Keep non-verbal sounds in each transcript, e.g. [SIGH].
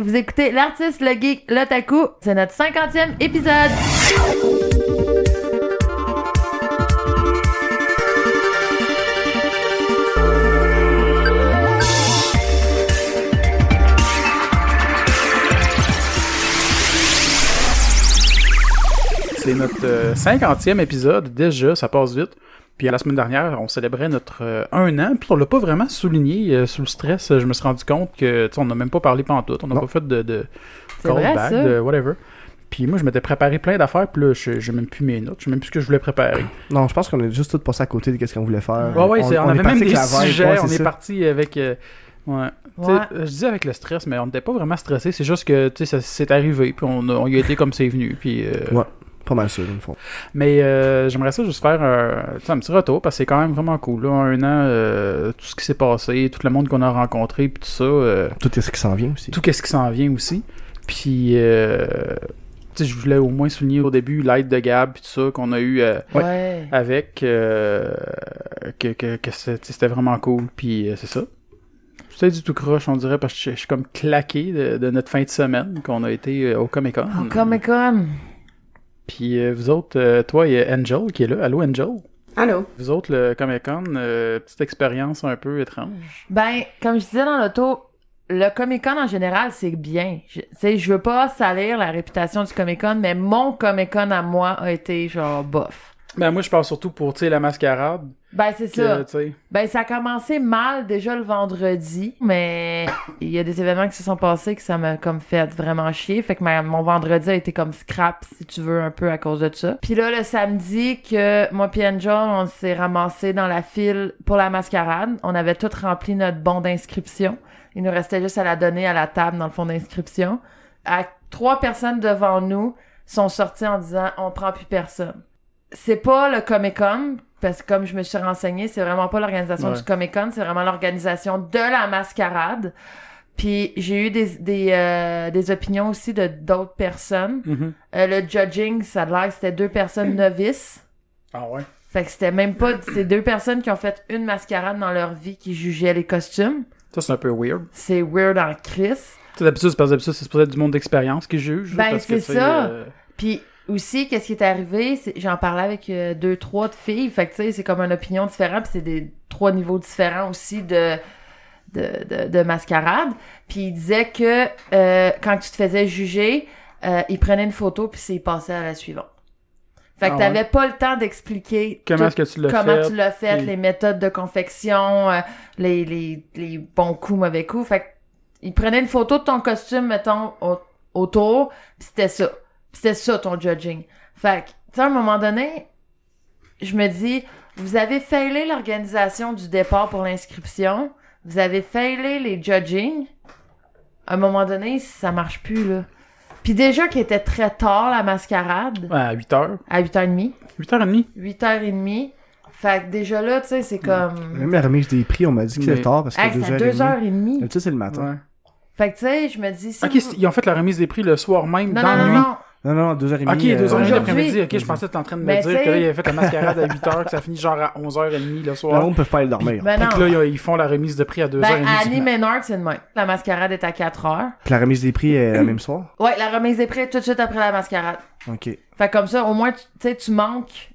Vous écoutez l'artiste, le geek, l'otaku. C'est notre 50e épisode. C'est notre euh, 50e épisode, déjà, ça passe vite. Puis à la semaine dernière, on célébrait notre euh, un an, puis on l'a pas vraiment souligné euh, sous le stress. Euh, Je me suis rendu compte que, tu sais, on n'a même pas parlé pantoute, on n'a pas fait de, de C'est vrai, ça. de whatever. Puis moi, je m'étais préparé plein d'affaires, puis là, je- j'ai même plus mes notes, je sais même plus ce que je voulais préparer. Non, je pense qu'on est juste tous passés à côté de qu'est-ce qu'on voulait faire. Ouais, ouais, c'est- on, est avait parti même des avec la vibe, sujets, ouais, c'est on est, ça. parti avec. euh, ouais. Tu sais, Ouais. euh, Je disais avec le stress, mais on n'était pas vraiment stressé. C'est juste que tu sais, ça- c'est arrivé, puis on, a- on y a été comme c'est venu. Puis, euh, Ouais. Pas mal sûr, dans le fond. Mais euh, j'aimerais ça juste faire un, tu sais, un petit retour parce que c'est quand même vraiment cool. Là, en un an, euh, tout ce qui s'est passé, tout le monde qu'on a rencontré, puis tout ça, euh, Tout est ce qui s'en vient aussi. tout ce qui s'en vient aussi. Puis, euh, tu sais, je voulais au moins souligner au début l'aide de Gab, puis tout ça qu'on a eu. euh, Ouais. avec euh, que, que, que c'est- tu sais, c'était vraiment cool puis euh, c'est ça c'était du tout croche on dirait parce que je, je suis comme claqué de, de notre fin de semaine qu'on a été euh, au Comic Con Oh, Comic Con. puis euh, vous autres euh, toi il y a Angel qui est là allô Angel Allô? vous autres le Comic Con euh, petite expérience un peu étrange Ben, comme je disais dans l'auto, le Comic Con en général, c'est bien. Je, tu sais, je veux pas salir la réputation du Comic Con, mais mon Comic Con à moi a été genre bof. ben moi je parle surtout pour tu sais la mascarade Ben, c'est ça. que, tu sais Ben, ça a commencé mal déjà le vendredi, mais [COUGHS] il y a des événements qui se sont passés que ça m'a comme fait vraiment chier. Fait que ma- mon vendredi a été comme scrap, si tu veux, un peu à cause de ça. Puis là, le samedi, que moi pis Angel, on s'est ramassés dans la file pour la mascarade. On avait tout rempli notre bon d'inscription. Il nous restait juste à la donner à la table dans le fond d'inscription. À trois personnes devant nous sont sorties en disant on prend plus personne. C'est pas le Comic Con parce que comme je me suis renseignée, c'est vraiment pas l'organisation Ouais. du Comic Con, c'est vraiment l'organisation de la mascarade. Puis j'ai eu des des, euh, des opinions aussi de d'autres personnes. Mhm. Euh, le judging, ça a l'air que c'était deux personnes novices. ah ouais Fait que c'était même pas ces deux personnes qui ont fait une mascarade dans leur vie qui jugeaient les costumes. ça c'est un peu weird C'est weird en crise. Tu sais, d'habitude c'est parce que d'habitude, c'est supposé être du monde d'expérience qui juge là, Ben, parce que, c'est tu sais, ça. euh, Puis aussi, qu'est-ce qui est arrivé, c'est- j'en parlais avec euh, deux, trois de filles, fait que tu sais, c'est comme une opinion différente, puis c'est des trois niveaux différents aussi de de, de, de mascarade. Puis il disait que euh, quand tu te faisais juger, euh, il prenait une photo puis c'est- il passait à la suivante. Fait que Ah ouais. t'avais pas le temps d'expliquer comment tout- est-ce que tu l'as comment fait tu l'as fait, puis- les méthodes de confection, euh, les, les, les bons coups, mauvais coups. Fait que, il prenait une photo de ton costume, mettons, au- autour, pis c'était ça. Puis c'était ça, ton judging. Fait que, tu sais, à un moment donné, je me dis, vous avez failé l'organisation du départ pour l'inscription, vous avez failé les judging. À un moment donné, ça marche plus, là. Puis déjà qu'il était très tard, la mascarade, Ben, à 8h à 8h30. 8h30 8h30. Fait que déjà là, tu sais, c'est comme. Même la remise des prix, on m'a dit que Mais- c'était tard parce que Hey, c'est à 2h30. 2h30. D'habitude, c'est le matin. ouais Fait que tu sais, je me dis. Si Ok, vous- c'est- ils ont fait la remise des prix le soir même, Non, dans non, la non, nuit. non. Non, non, 2h30. Ok, 2h30 Aujourd'hui. Ben, l'après-midi. Ok, je pensais que t'étais en train de me Mais dire que t'sais- là, ils avaient fait la mascarade à 8h, que ça finit genre à 11h30 le Le soir. monde peut pas aller dormir. Ben Fait non. que là, ils font la remise de prix à 2h30. Ben, à du Annie matin. Ménard, c'est le même. La mascarade est à 4h. Puis la remise des prix est la même soir. Ouais, la remise des prix est tout de suite après la mascarade. Ok. Fait que comme ça, au moins, tu tu sais, tu manques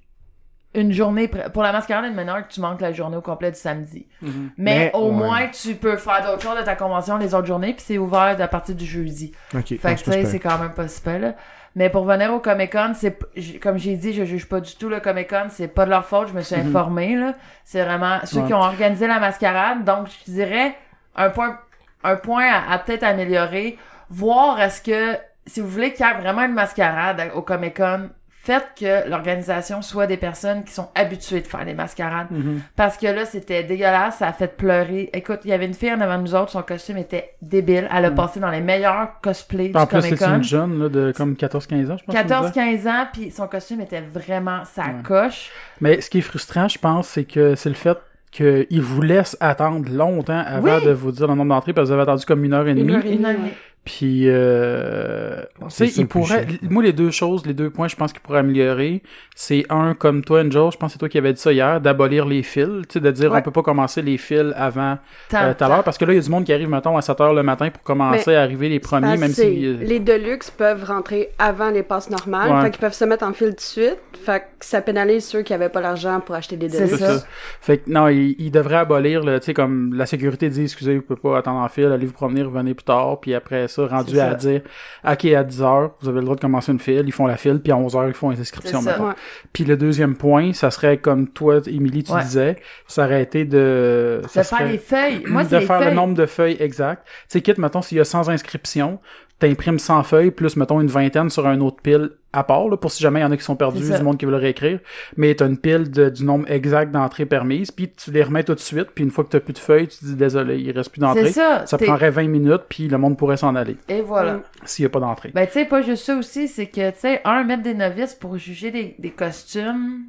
une journée. pr- Pour la mascarade Annie Ménard, tu manques la journée au complet du samedi. Mhm. Mais, Mais, au ouais. moins, tu peux faire d'autres choses de ta convention les autres journées, puis c'est ouvert à partir du jeudi. Ok. Fait que tu non, c'est pas sais, super. c'est quand même pas super, là. Mais pour venir au Comic Con, c'est p- j- comme j'ai dit, je juge pas du tout le Comic Con, c'est pas de leur faute, je me suis Mhm. informée là. C'est vraiment ceux Ouais. qui ont organisé la mascarade, donc je dirais un point un point à, à peut-être améliorer, voir est-ce que si vous voulez qu'il y ait vraiment une mascarade à- au Comic Con, faites que l'organisation soit des personnes qui sont habituées de faire des mascarades Mhm. parce que là, c'était dégueulasse, ça a fait pleurer. Écoute, il y avait une fille en avant de nous autres, son costume était débile. Elle a Mm. passé dans les meilleurs cosplays En du plus, c'est Comic-Con. une jeune là, de comme 14-15 ans, je pense. 14-15 ans, puis son costume était vraiment sa Ouais. coche. Mais ce qui est frustrant, je pense, c'est que c'est le fait qu'ils vous laissent attendre longtemps avant Oui. de vous dire le nombre d'entrées, parce que vous avez attendu comme une heure et demie. Une heure et demie. Puis, euh, tu sais, c'est ça il le plus pourrait. cher. Moi, les deux choses, les deux points, je pense qu'il pourrait améliorer, c'est un, comme toi, Angel, je pense que c'est toi qui avais dit ça hier, d'abolir les fils. Tu sais, de dire Ouais. on peut pas commencer les fils avant Tant- euh, tout à l'heure, parce que là, il y a du monde qui arrive, mettons, à 7 h le matin pour commencer à arriver les premiers, Parce même que si. euh, Les Deluxe peuvent rentrer avant les passes normales. Ouais. Fait qu'ils peuvent se mettre en file tout de suite. Fait que ça pénalise ceux qui n'avaient pas l'argent pour acheter des C'est Deluxe. ça. Fait que non, il, il devrait abolir, le- tu sais, comme la sécurité dit, excusez, vous pouvez pas attendre en file, allez vous promener, revenez plus tard, puis après ça, rendu C'est à ça. dire, ok, à 10 h vous avez le droit de commencer une file, ils font la file, puis à 11 h ils font les inscriptions. C'est ça. mettons. Ouais. Puis le deuxième point, ça serait comme toi, Émilie, tu Ouais. disais, ça aurait été de... de ça faire serait- les feuilles. Moi, c'est de les faire le feuilles. nombre de feuilles exactes. Tu sais, quitte, mettons, s'il y a 100 inscriptions, t'imprimes 100 feuilles, plus, mettons, une vingtaine sur un autre pile à part, là, pour si jamais il y en a qui sont perdus, C'est ça. du monde qui veut le réécrire. Mais t'as une pile de- du nombre exact d'entrées permises, puis tu les remets tout de suite, puis une fois que t'as plus de feuilles, tu dis désolé, il reste plus C'est d'entrées. ça. Ça t'es- prendrait 20 minutes, puis le monde pourrait s'en aller, Et voilà. Mm. s'il y a pas d'entrée. Ben, tu sais, pas juste ça aussi, c'est que, tu sais, un, mettre des novices pour juger des, des costumes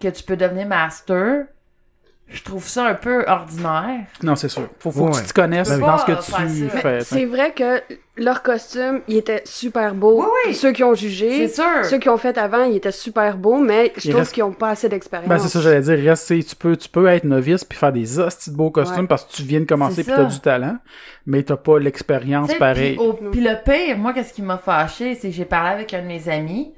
que tu peux devenir master, je trouve ça un peu ordinaire. non, c'est sûr. Faut, faut que Ouais. tu te connaisses Tu peux dans ce Ben, pas euh, que faire tu ça. fais. C'est vrai que leur costume, il était super beau. Oui, oui. Ceux qui ont C'est jugé, sûr. ceux qui ont fait avant, il était super beau, mais je Il trouve reste- qu'ils n'ont pas assez d'expérience. Ben, c'est ça, j'allais dire, reste, tu sais, tu peux, tu peux être novice puis faire des hosties de beaux costumes Ouais. parce que tu viens de C'est commencer puis ça. t'as du talent, mais t'as pas l'expérience T'sais, pareil. Puis, au- puis le pire, moi, qu'est-ce qui m'a fâché, c'est que j'ai parlé avec un de mes amis,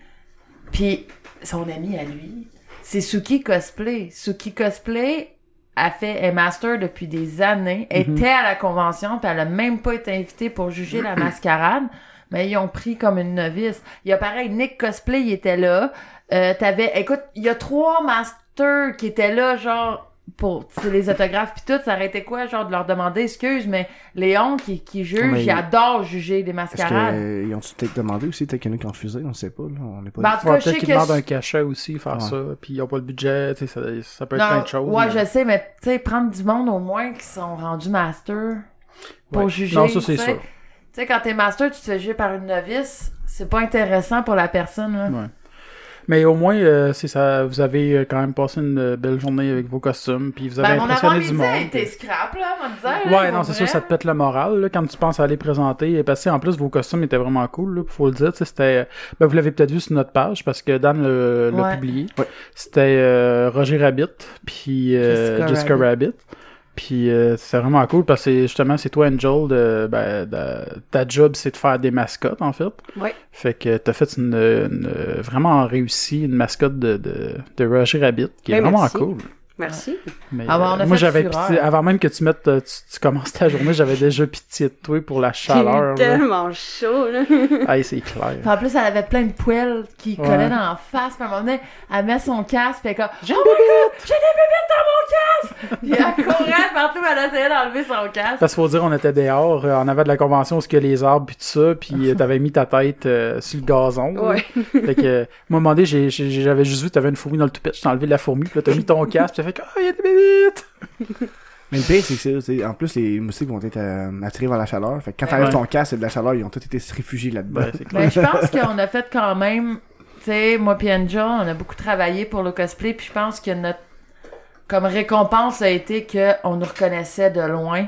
puis son ami à lui, c'est Suki Cosplay. Suki Cosplay a fait un master depuis des années, était à la convention, puis elle a même pas été invitée pour juger la mascarade, mais ils ont pris comme une novice. Il y a pareil, Nick Cosplay, il était là. Euh, t'avais, écoute, il y a trois masters qui étaient là, genre, pour tu sais, les autographes puis tout, ça aurait été quoi, genre, de leur demander, excuse, mais Léon qui, qui juge, Mais- il adore juger des Est-ce mascarades. qu'ils ont-tu peut-être demandé aussi, peut-être qu'il y en a qui ont refusé, on sait pas, là, on n'est pas... Ben, en tout Ouais, cas, je peut-être sais qu'ils que... demandent un je- cachet aussi, faire Ouais. ça, puis ils ont pas le budget, tu sais, ça, ça peut être Non, plein de choses. ouais, mais- je sais, mais tu sais, prendre du monde au moins qui sont rendus masters pour Ouais. juger. Non, ça, c'est tu sais. sûr. Tu sais, quand t'es master, tu te fais juger par une novice, c'est pas intéressant pour la personne, là. Ouais. Mais au moins, euh, c'est ça, vous avez euh, quand même passé une euh, belle journée avec vos costumes, puis vous avez Ben, mon impressionné du avant-midi monde. a été scrap, là, on va dire. là, Ouais, Hein, pour non, c'est vrai. sûr, ça te pète le moral là, quand tu penses à aller présenter. Parce que en plus, vos costumes étaient vraiment cool, là, faut le dire. tu sais, C'était, ben, vous l'avez peut-être vu sur notre page parce que Dan le- l'a Ouais. publié. Ouais. C'était euh, Roger Rabbit, puis euh, Jessica Jessica, Rabbit. Rabbit. Puis euh, c'est vraiment cool parce que c'est- justement, c'est toi, Angel, de, ben, de- ta job, c'est de faire des mascottes, en fait. Ouais. Fait que t'as fait une, une- vraiment réussi une mascotte de, de, de Roger Rabbit qui est Ben, vraiment merci. cool. Merci. Mais, Ah ouais, euh, on a moi, fait j'avais fureur. pitié- avant même que tu mettes, euh, tu, tu commences ta journée, j'avais déjà pitié de toi pour la chaleur. là. Tellement chaud, [LAUGHS] là. Hey, c'est clair. Puis en plus, elle avait plein de poils qui Ouais. collaient dans la face. Puis à un moment donné, elle met son casque, puis elle est comme « J'ai une bébête! J'ai des bébites dans mon casque! » Puis elle courait partout, elle essayait d'enlever son casque. Parce qu'il faut dire, on était dehors, euh, en avant de la convention, ce que les arbres, puis tout ça, [LAUGHS] puis euh, t'avais mis ta tête euh, sur le gazon. là. Ouais. Fait que, euh, moi, à un moment donné, j'ai- j'ai- j'avais juste vu que t'avais une fourmi dans le toupette, je t'ai enlevé la fourmi, puis là, t'as mis ton casque, puis t'as fait que, ah, il y a des bébites! Mais le pire, c'est que c'est- c'est, en plus, les moustiques vont être euh, attirés vers la chaleur. Fait que quand t'enlèves Ouais. ton casque, c'est de la chaleur, ils ont tous été se réfugier là-dedans. Ben, c'est clair. Mais je pense qu'on a fait quand même... Tu sais, moi puis Angel, on a beaucoup travaillé pour le cosplay. Puis je pense que notre... Comme récompense a été qu'on nous reconnaissait de loin.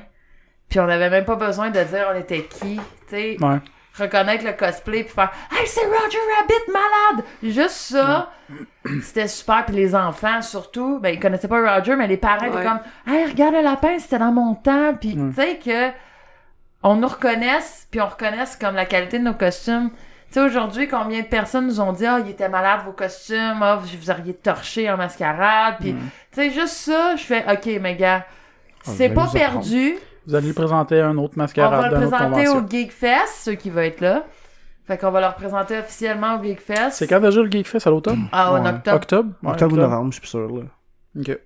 Puis on n'avait même pas besoin de dire on était qui. Tu sais, [LAUGHS] Ouais. reconnaître le cosplay puis faire Hey, c'est Roger Rabbit malade! Juste ça, Mm. c'était super. Puis les enfants, surtout, ben, ils connaissaient pas Roger, mais les parents étaient Ouais. comme Hey, regarde le lapin, c'était dans mon temps. Puis Mm. tu sais que on nous reconnaisse, puis on reconnaisse comme la qualité de nos costumes. Tu sais, aujourd'hui, combien de personnes nous ont dit Ah, il était malade vos costumes, ah, vous vous auriez torché en mascarade. Puis tu sais, juste ça, je fais Ok, mes gars, Mm. Ah, vous c'est allez pas nous apprendre. perdu. Vous allez présenter un autre On mascarade va le dans notre présenter convention. au Geek Fest, ceux qui vont être là. Fait qu'on va le représenter officiellement au Geek Fest. C'est quand déjà le Geek Fest à l'automne? Ah, en Ouais. octobre. Octobre? Ouais, Octobre ou novembre, je suis plus sûr, là. Ok.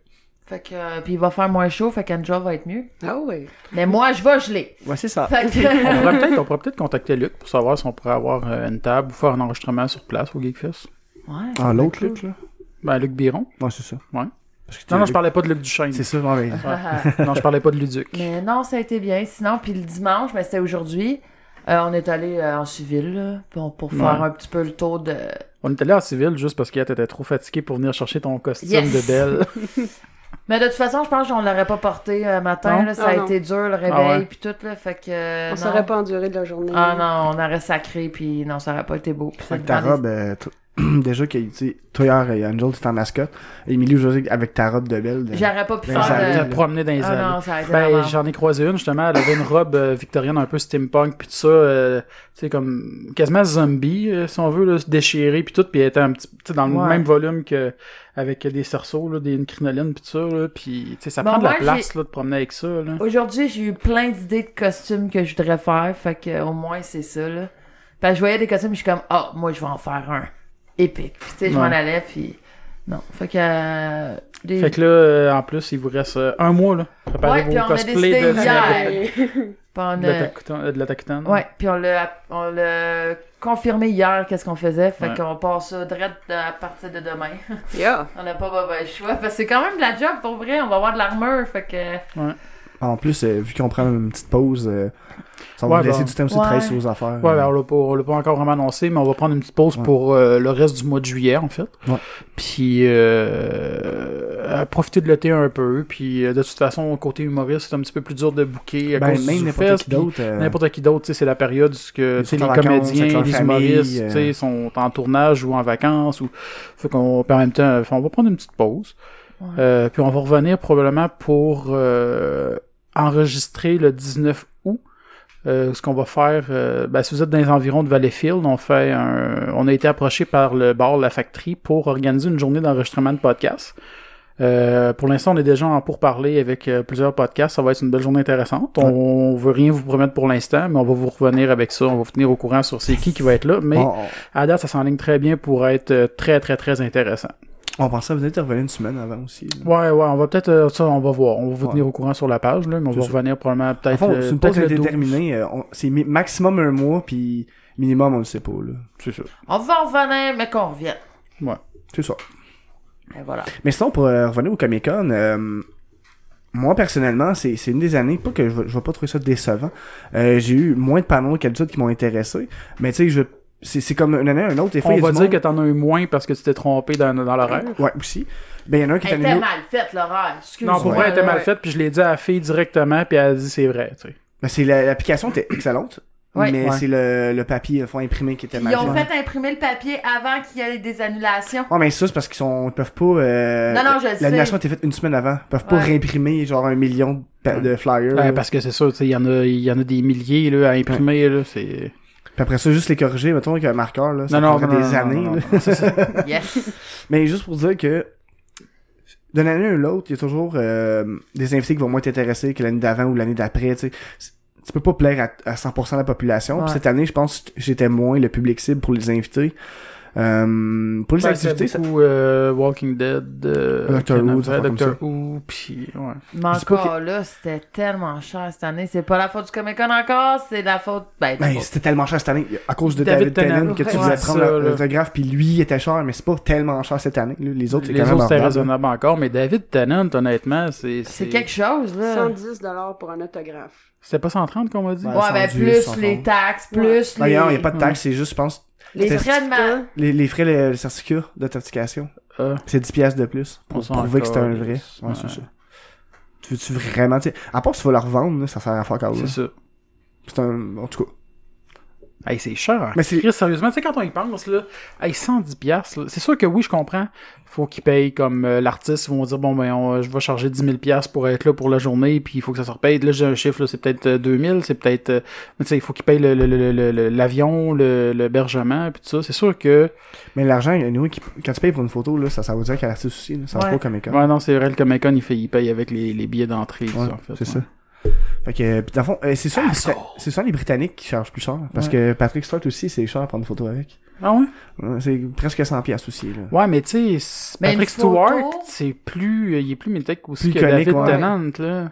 Fait que, euh, puis il va faire moins chaud, fait qu'Angel va être mieux. Ah oui. Mais moi, je vais geler. Ouais, c'est ça. Fait Ah, On [LAUGHS] que... pourrait peut-être on pourrait peut-être contacter Luc pour savoir si on pourrait avoir euh, une table ou faire un enregistrement sur place au Geekfest. ouais. Ah, l'autre, Luc, là? Ben, Luc Biron. Ouais, c'est ça. Ouais. Parce que Non, non, je parlais parle. pas de Luc Duchesne. C'est ça, ouais, [LAUGHS] ouais. non, je parlais pas de Luduc. Ah, Mais non, ça a été bien. Sinon, puis le dimanche, mais c'était aujourd'hui, euh, on est allé euh, en civil, là, pour, pour faire Ouais. un petit peu le tour de... [LAUGHS] On est allé en civil juste parce qu'hier, t'étais trop fatigué pour venir chercher ton costume Yes. de belle. Mais de toute façon, je pense qu'on l'aurait pas porté euh, matin. Non? Là, ça a Ah, non. été dur, le réveil, Ah ouais. puis tout. Là, fait que, euh, On non. saurait pas enduré de la journée. Ah non, on aurait sacré, puis non, ça aurait pas été beau. Puis ça Fait que ta demandait- robe, euh, t- [CLEARS THROAT] déjà que, tu sais, toi hier, euh, Angel, t'étais en mascotte. Émilie, aujourd'hui, avec ta robe de belle. de- J'aurais pas pu Ben, ça faire Ça de... allait. promené dans les Ah allées. non, ça a été la Ben, mort. j'en ai croisé une, justement, elle avait une robe euh, victorienne un peu steampunk, puis tout ça, euh, tu sais, comme quasiment zombie, euh, si on veut, là, se déchirer, puis tout, puis elle était un petit, tu sais, dans le Ouais. même volume que avec des cerceaux, là, des, une crinoline, puis tout ça, là, puis, tu sais, ça Bon, prend de la moi, place, là, de promener avec ça, là. Aujourd'hui, j'ai eu plein d'idées de costumes que je voudrais faire, fait que euh, au moins c'est ça là. Parce que je voyais des costumes, je suis comme ah, moi je vais en faire un épique. Puis, tu sais, je m'en Ouais. allais puis non, fait que euh, des- Fait que là, euh, en plus, il vous reste euh, un mois, là, préparez Ouais, puis on vos a cosplays décidé de, hier. [LAUGHS] de, pendant- l'attaquant- euh, de l'attaquant. ouais, puis on l'a on l'a confirmé hier qu'est-ce qu'on faisait, fait Ouais. qu'on part ça direct à partir de demain. [LAUGHS] Yeah. on n'a pas mauvais choix parce que c'est quand même de la job pour vrai, on va avoir de l'armure, fait que En plus, euh, vu qu'on prend une petite pause, euh, ça va Ouais, nous laisser ben, du temps aussi ouais. de travailler sur nos affaires. Ouais, euh. ben, on l'a pas, on l'a pas encore vraiment annoncé, mais on va prendre une petite pause Ouais. pour euh, le reste du mois de juillet, en fait. Ouais. Puis, euh, euh, profiter de l'été un peu. Puis, euh, de toute façon, côté humoriste, c'est un petit peu plus dur de booker. à Ben, cause même du n'importe fest, qui puis d'autre. euh, N'importe qui d'autre, tu sais, c'est la période où ce que, Ils tu sais, sont en les vacances, comédiens, avec leur les famille, humoristes tu sais, euh. sont en tournage ou en vacances. Ou... Fait qu'on, puis en même temps, euh, on va prendre une petite pause. Ouais. Euh, puis on va revenir probablement pour euh, enregistrer le 19 août. Euh, ce qu'on va faire, euh, ben, si vous êtes dans les environs de Valleyfield, on fait un, on a été approché par le bar La Factory pour organiser une journée d'enregistrement de podcast. Euh, pour l'instant, on est déjà en pourparlers avec euh, plusieurs podcasts. Ça va être une belle journée intéressante. On, on veut rien vous promettre pour l'instant, mais on va vous revenir avec ça. On va vous tenir au courant sur c'est qui qui va être là. Mais on, à date, ça s'enligne très bien pour être euh, très, très, très intéressant. on- on pensait peut-être revenir une semaine avant aussi. là. Ouais, ouais, on va peut-être, euh, ça, on va voir. On va vous Ouais. tenir au courant sur la page, là, mais on C'est va ça. revenir probablement En peut-être. fond, euh, c'est une peut-être pause qui a le été 12. déterminée. euh, on- c'est mi- maximum un mois, puis minimum, on le sait pas. là. C'est ça. on va en revenir mais qu'on revienne. C'est ça. Et voilà. Mais sinon, pour euh, revenir au Comic Con, euh, moi personnellement, c'est c'est une des années, pas que je, vais- je vais pas trouver ça décevant. Euh, J'ai eu moins de panneaux qu'habitude qui m'ont intéressé. Mais tu sais, je c'est c'est comme une année à une autre. Des fois, On il y a va du dire monde- que t'en as eu moins parce que tu t'es trompé dans, dans l'horaire. Ouais, aussi. Ben, il y en a un qui est Elle annulé. était mal faite l'horaire. Excuse-moi. Non, pour vrai, elle était mal faite, puis je l'ai dit à la fille directement, puis elle a dit c'est vrai, tu sais. Ben, c'est la- l'application était excellente. Ouais. mais Ouais. c'est le, le papier, le fond imprimé qui était Ils mal ont fait. fait imprimer le papier avant qu'il y ait des [LAUGHS] annulations. Ah, mais ça, c'est parce qu'ils sont, ils peuvent pas, euh, Non, non, je le sais. L'animation a été faite une semaine avant. Ils peuvent pas Ouais. réimprimer, genre, un million de, pa- de flyers. Ouais, parce que c'est sûr, tu sais, il y en a, il y en a des milliers, là, à imprimer, là, c'est... Puis après ça, juste les corriger, mettons, avec un marqueur, là. Ça prendrait des années, non, non, là. non, ça, [LAUGHS] c'est- Yes. Mais juste pour dire que, d'une année à l'autre, il y a toujours, euh, des invités qui vont moins t'intéresser que l'année d'avant ou l'année d'après, tu sais. C'est- Tu peux pas plaire à, à 100% de la population. Puis Ouais. cette année, je pense que j'étais moins le public cible pour les invités. Euh, pour les Ouais, activités, c'était beaucoup euh, Walking Dead, euh, Doctor Canada, Who, des affaires comme Doctor Who, puis ouais. Mais Je dis pas encore là, c'était tellement cher cette année. C'est pas la faute du Comic Con encore, c'est la faute. Ben, Ben, c'est c'était tellement cher cette année. À cause de Oh. David David, Tennant, Tennant, que tu ouais, voulais c'est prendre ça, le- là. l'autographe, puis lui il était cher, mais c'est pas tellement cher cette année. là. Les autres, c'est quand Les même autres c'était abordable. raisonnable encore, mais David Tennant, honnêtement, c'est pas- c'est quelque chose là. 110 pour un autographe. C'était pas 130 qu'on m'a dit. Ouais. Ouais, ben 110, plus 130. les taxes, plus Ben, les. non, il n'y a pas de taxe, c'est juste, je pense, Les C'était- frais de ma- les, les frais, le, le certificat d'authentification. Euh, C'est 10 piastres de plus On pour s'en prouver que c'est un calisse. vrai. Ouais, Ouais. c'est ça. Tu veux-tu vraiment, tu sais, à part si tu vas le revendre, là, ça sert à faire quand c'est ça. C'est un, en tout cas. Hey, c'est cher. hein. Mais c'est- Chris, sérieusement, tu sais, quand on y pense, là, hey, 110 piastres, là, c'est sûr que oui, je comprends. Faut qu'ils payent comme euh, l'artiste, ils vont dire, bon, ben, on- je vais charger 10 000 piastres pour être là pour la journée, puis il faut que ça se repaye. Là, j'ai un chiffre, là, c'est peut-être euh, 2 000, c'est peut-être, euh, mais tu sais, il faut qu'ils payent le- le- le- le- le- l'avion, le- l'hébergement, puis tout ça. C'est sûr que, Mais l'argent, il y a une qui, quand tu payes pour une photo, là, ça, ça veut dire qu'elle a ce souci, là. Ça va Ouais. pas comme école. ouais, non, c'est vrai, le Comic Con, il, fait, il paye avec les, les billets d'entrée, tout Ouais, ça, en fait. c'est ouais. ça. Fait que, euh, pis dans le fond, euh, c'est Ah, ça, les Brita- Asshole. c'est ça les Britanniques qui chargent plus cher. Parce Ouais. que Patrick Stewart aussi, c'est cher à prendre une photo avec. Ah ouais? Ouais, C'est presque 100 piastres aussi, là. Ouais, mais tu sais, Mais Patrick Ben, une photo- Stewart, c'est plus, euh, il est plus mythique aussi Plus que iconique, David ouais. Tennant, là.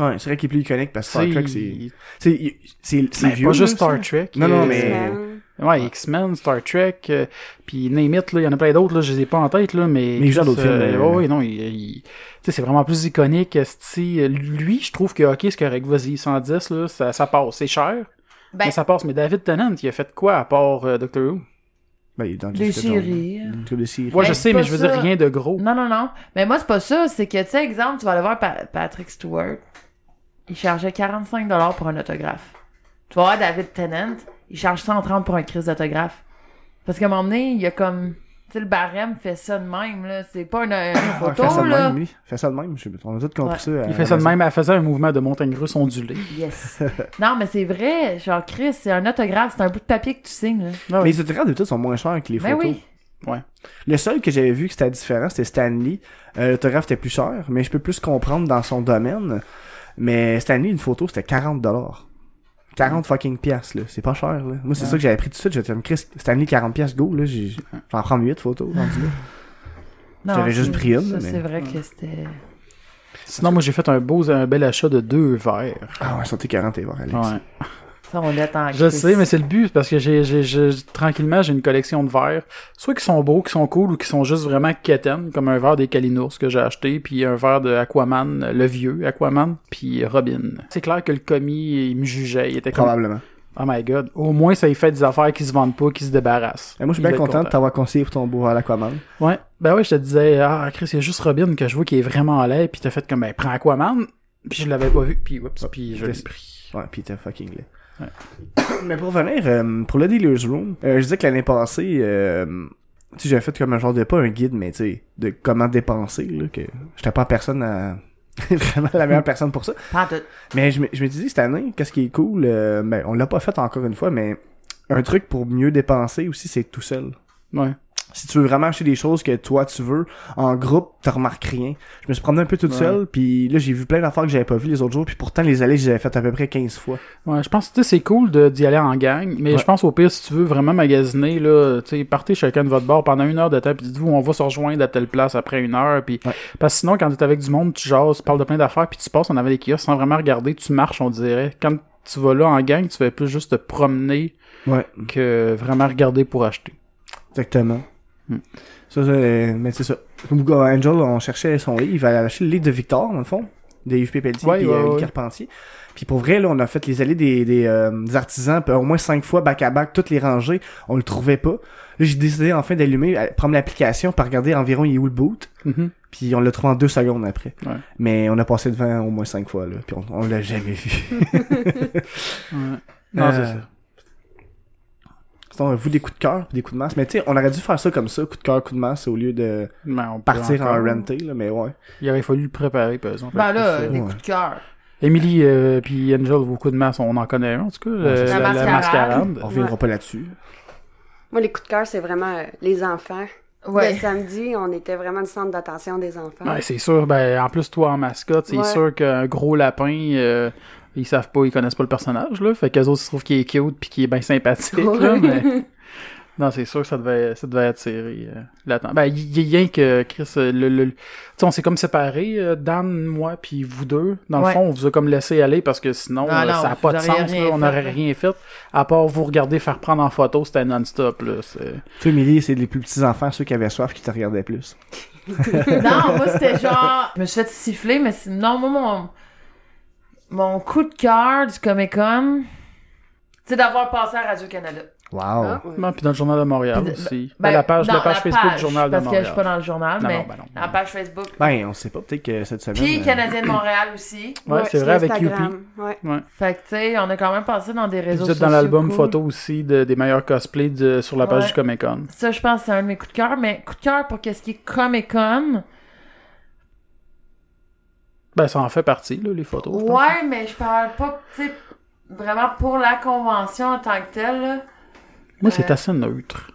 Ouais, c'est vrai qu'il est plus iconique parce que Star Tu sais, Trek, c'est, il- c'est, il- c'est, c'est Mais vieux. Ben, Pas juste là, Star Trek. Non, non, euh, mais- X-Men. Ouais, X-Men, Star Trek, euh, puis name it, là, il y en a plein d'autres, là, je les ai pas en tête, là, mais... Mais il joue dans d'autres Euh, films, ouais, euh, ouais, non, il... il- Tu sais, c'est vraiment plus iconique, esti. euh, Lui, je trouve que, ok, c'est correct, vas-y, 110, là, ça, ça passe, c'est cher, Ben, mais ça passe. Mais David Tennant, il a fait quoi, à part euh, Doctor Who? Ben, il est dans le Des Jessica Jones. séries. Mm. Une couple de séries. Ouais, je Ben, sais, c'est mais pas je veux dire ça. rien de gros. Non, non, non. Mais moi, c'est pas ça. C'est que, tu sais, exemple, tu vas aller voir Pa- Patrick Stewart. Il chargeait 45$ pour un autographe. Tu vas voir David Tennant. Il charge 130$ pour un crise d'autographe. Parce qu'à un moment donné, il y a comme. Tu sais, le barème fait ça de même, là. C'est pas une, une Ah, il photo, fait ça de là. même, lui. Il fait ça de même. Je sais pas. On a tous compris Ouais. ça. à Il fait ça de Amazon. même, elle faisait un mouvement de montagne russe ondulée. [LAUGHS] Yes. non, mais c'est vrai. Genre, Chris, c'est un autographe. C'est un bout de papier que tu signes, là. Mais les autographes d'habitude sont moins chers que les Mais photos. Ben oui. Le seul que j'avais vu que c'était différent, c'était Stanley. Euh, L'autographe était plus cher, mais je peux plus comprendre dans son domaine. Mais Stanley, une photo, c'était 40 dollars. 40 fucking piastres, là. C'est pas cher, là. Moi, c'est ça que j'avais pris tout de suite. J'étais comme Chris, Stanley, 40 piastres, go, là. j'ai- J'en prends 8 photos, rendu là. Non, J'avais juste c'est- pris une, ça, mais- C'est vrai que c'était. Sinon, moi, j'ai fait un beau, un bel achat de deux verres. Ah ouais, sortez 40 et voir, Alex. Ouais. Ça, on est en Je crise. sais, mais c'est le but, parce que j'ai, j'ai, j'ai- tranquillement, j'ai une collection de verres. Soit qui sont beaux, qui sont cool, ou qui sont juste vraiment quétaines, comme un verre des Kalinours que j'ai acheté, puis un verre de Aquaman, euh, le vieux Aquaman, puis Robin. C'est clair que le commis, il me jugeait. Il était comme, Probablement. oh my god, au moins, ça y fait des affaires qui se vendent pas, qui se débarrassent. Et moi, je suis Il bien va être content de t'avoir conseillé pour ton beau à l'Aquaman. Ouais. Ben ouais, je te disais, ah, Chris, il y a juste Robin que je vois qui est vraiment à l'aise, puis t'as fait comme, ben, prends Aquaman, puis je l'avais pas vu, puis Ah, oups, puis je l'ai pris. Ouais, puis t'es fucking laid. Ouais. [COUGHS] Mais pour revenir, euh, pour le Dealer's Room, euh, je disais que l'année passée, euh, tu sais, j'avais fait comme un genre de, pas un guide, mais tu sais, de comment dépenser, là, que j'étais pas en personne à... [LAUGHS] vraiment la meilleure personne pour ça. Pas en tout. Mais je me, je me disais, cette année, qu'est-ce qui est cool, euh, ben, on l'a pas fait encore une fois, mais un truc pour mieux dépenser aussi, c'est tout seul. Ouais. Si tu veux vraiment acheter des choses que toi tu veux, en groupe, tu remarques rien. Je me suis promené un peu toute Ouais. seule, puis là j'ai vu plein d'affaires que j'avais pas vues les autres jours, puis pourtant les allées, je les avais faites à peu près 15 fois. Ouais, je pense que tu sais, c'est cool de- d'y aller en gang, mais Ouais. je pense au pire, si tu veux vraiment magasiner, là, tu sais, partez chacun de votre bord pendant une heure de temps, puis dites-vous, on va se rejoindre à telle place après une heure, puis Ouais. parce que sinon, quand t'es avec du monde, tu jases, tu parles de plein d'affaires, puis tu passes en avant des kiosques sans vraiment regarder, tu marches, on dirait. Quand tu vas là en gang, tu fais plus juste te promener Ouais. que vraiment regarder pour acheter. Exactement. Hmm. Ça, ça, euh, mais c'est ça. Comme Google Angel, on cherchait son livre, il fallait acheter le livre de Victor, dans le fond, de Yves Pépeltier Ouais, puis ouais, euh, Oli ouais. Carpentier. Puis pour vrai, là, on a fait les allées des, des, euh, des artisans, puis au moins cinq fois, bac à bac, toutes les rangées, on le trouvait pas. Là, j'ai décidé enfin d'allumer, euh, prendre l'application, puis regarder environ il est où le boot, Mhm. puis on l'a trouvé en deux secondes après. Ouais. Mais on a passé devant au moins cinq fois, là, puis on, on l'a jamais vu. [LAUGHS] Ouais. Non, c'est Euh, ça. Sinon, euh, vous, des coups de cœur, des coups de masse. Mais tu sais, on aurait dû faire ça comme ça, coup de cœur, coup de masse, au lieu de Mais on peut partir en encore- renté, là, mais ouais. Il aurait fallu le préparer, par exemple. Ben là, Plus, euh, des ouais. coups de cœur. Émilie euh, puis Angel, vos coups de masse, on en connaît un, en tout cas. euh, c'est ça. la, La la mascarade. mascarade. On reviendra pas là-dessus. Moi, les coups de cœur, c'est vraiment euh, les enfants. Le Ouais. samedi, on était vraiment le centre d'attention des enfants. Ouais, c'est sûr. Ben, en plus, toi, en mascotte, c'est Ouais. sûr qu'un gros lapin, euh, ils savent pas, ils connaissent pas le personnage, là. Fait qu'eux autres, ils trouvent qu'il est cute puis qu'il est bien sympathique, là, mais... Non, c'est sûr que ça devait, ça devait attirer euh, l'attention. Ben, il y, y a rien que Chris, euh, le, le- tu sais, on s'est comme séparés, euh, Dan, moi, puis vous deux. Dans le Ouais. fond, on vous a comme laissé aller parce que sinon, Ah euh, non, ça n'a vous pas de auriez sens, rien là, on fait, n'aurait là. rien fait. À part vous regarder faire prendre en photo, c'était non-stop, là. c'est- Toi, Émilie, c'est les plus petits enfants, ceux qui avaient soif, qui te regardaient plus. [LAUGHS] Non, moi, c'était genre. Je me suis fait siffler, mais c'est- non, moi, mon. Mon coup de cœur du Comic Con, c'est d'avoir passé à Radio-Canada. Wow. Ah, ouais. Non, puis dans le Journal de Montréal Puis de- aussi. Ben, la page, non, la page Facebook du Journal de Parce que je Montréal. suis pas dans le journal, Ah, Non, mais. non, ben non. la page Facebook. Ben, on sait pas, peut-être que cette semaine. Puis euh, Canadien de Montréal aussi. Ouais, c'est sur vrai avec Instagram, Youpi. Ouais. Fait que, tu sais, on a quand même passé dans des Puis réseaux Vous êtes sociaux. dans l'album cool. photo aussi de- des meilleurs cosplays de- sur la page Ouais. du Comic Con. Ça, je pense, que c'est un de mes coups de cœur, mais coup de cœur pour qu'est-ce qui est Comic Con. Ben, ça en fait partie, là, les photos. je pense. Ouais, mais je parle pas, tu sais, vraiment pour la convention en tant que telle. là. Moi, c'est Euh, assez neutre.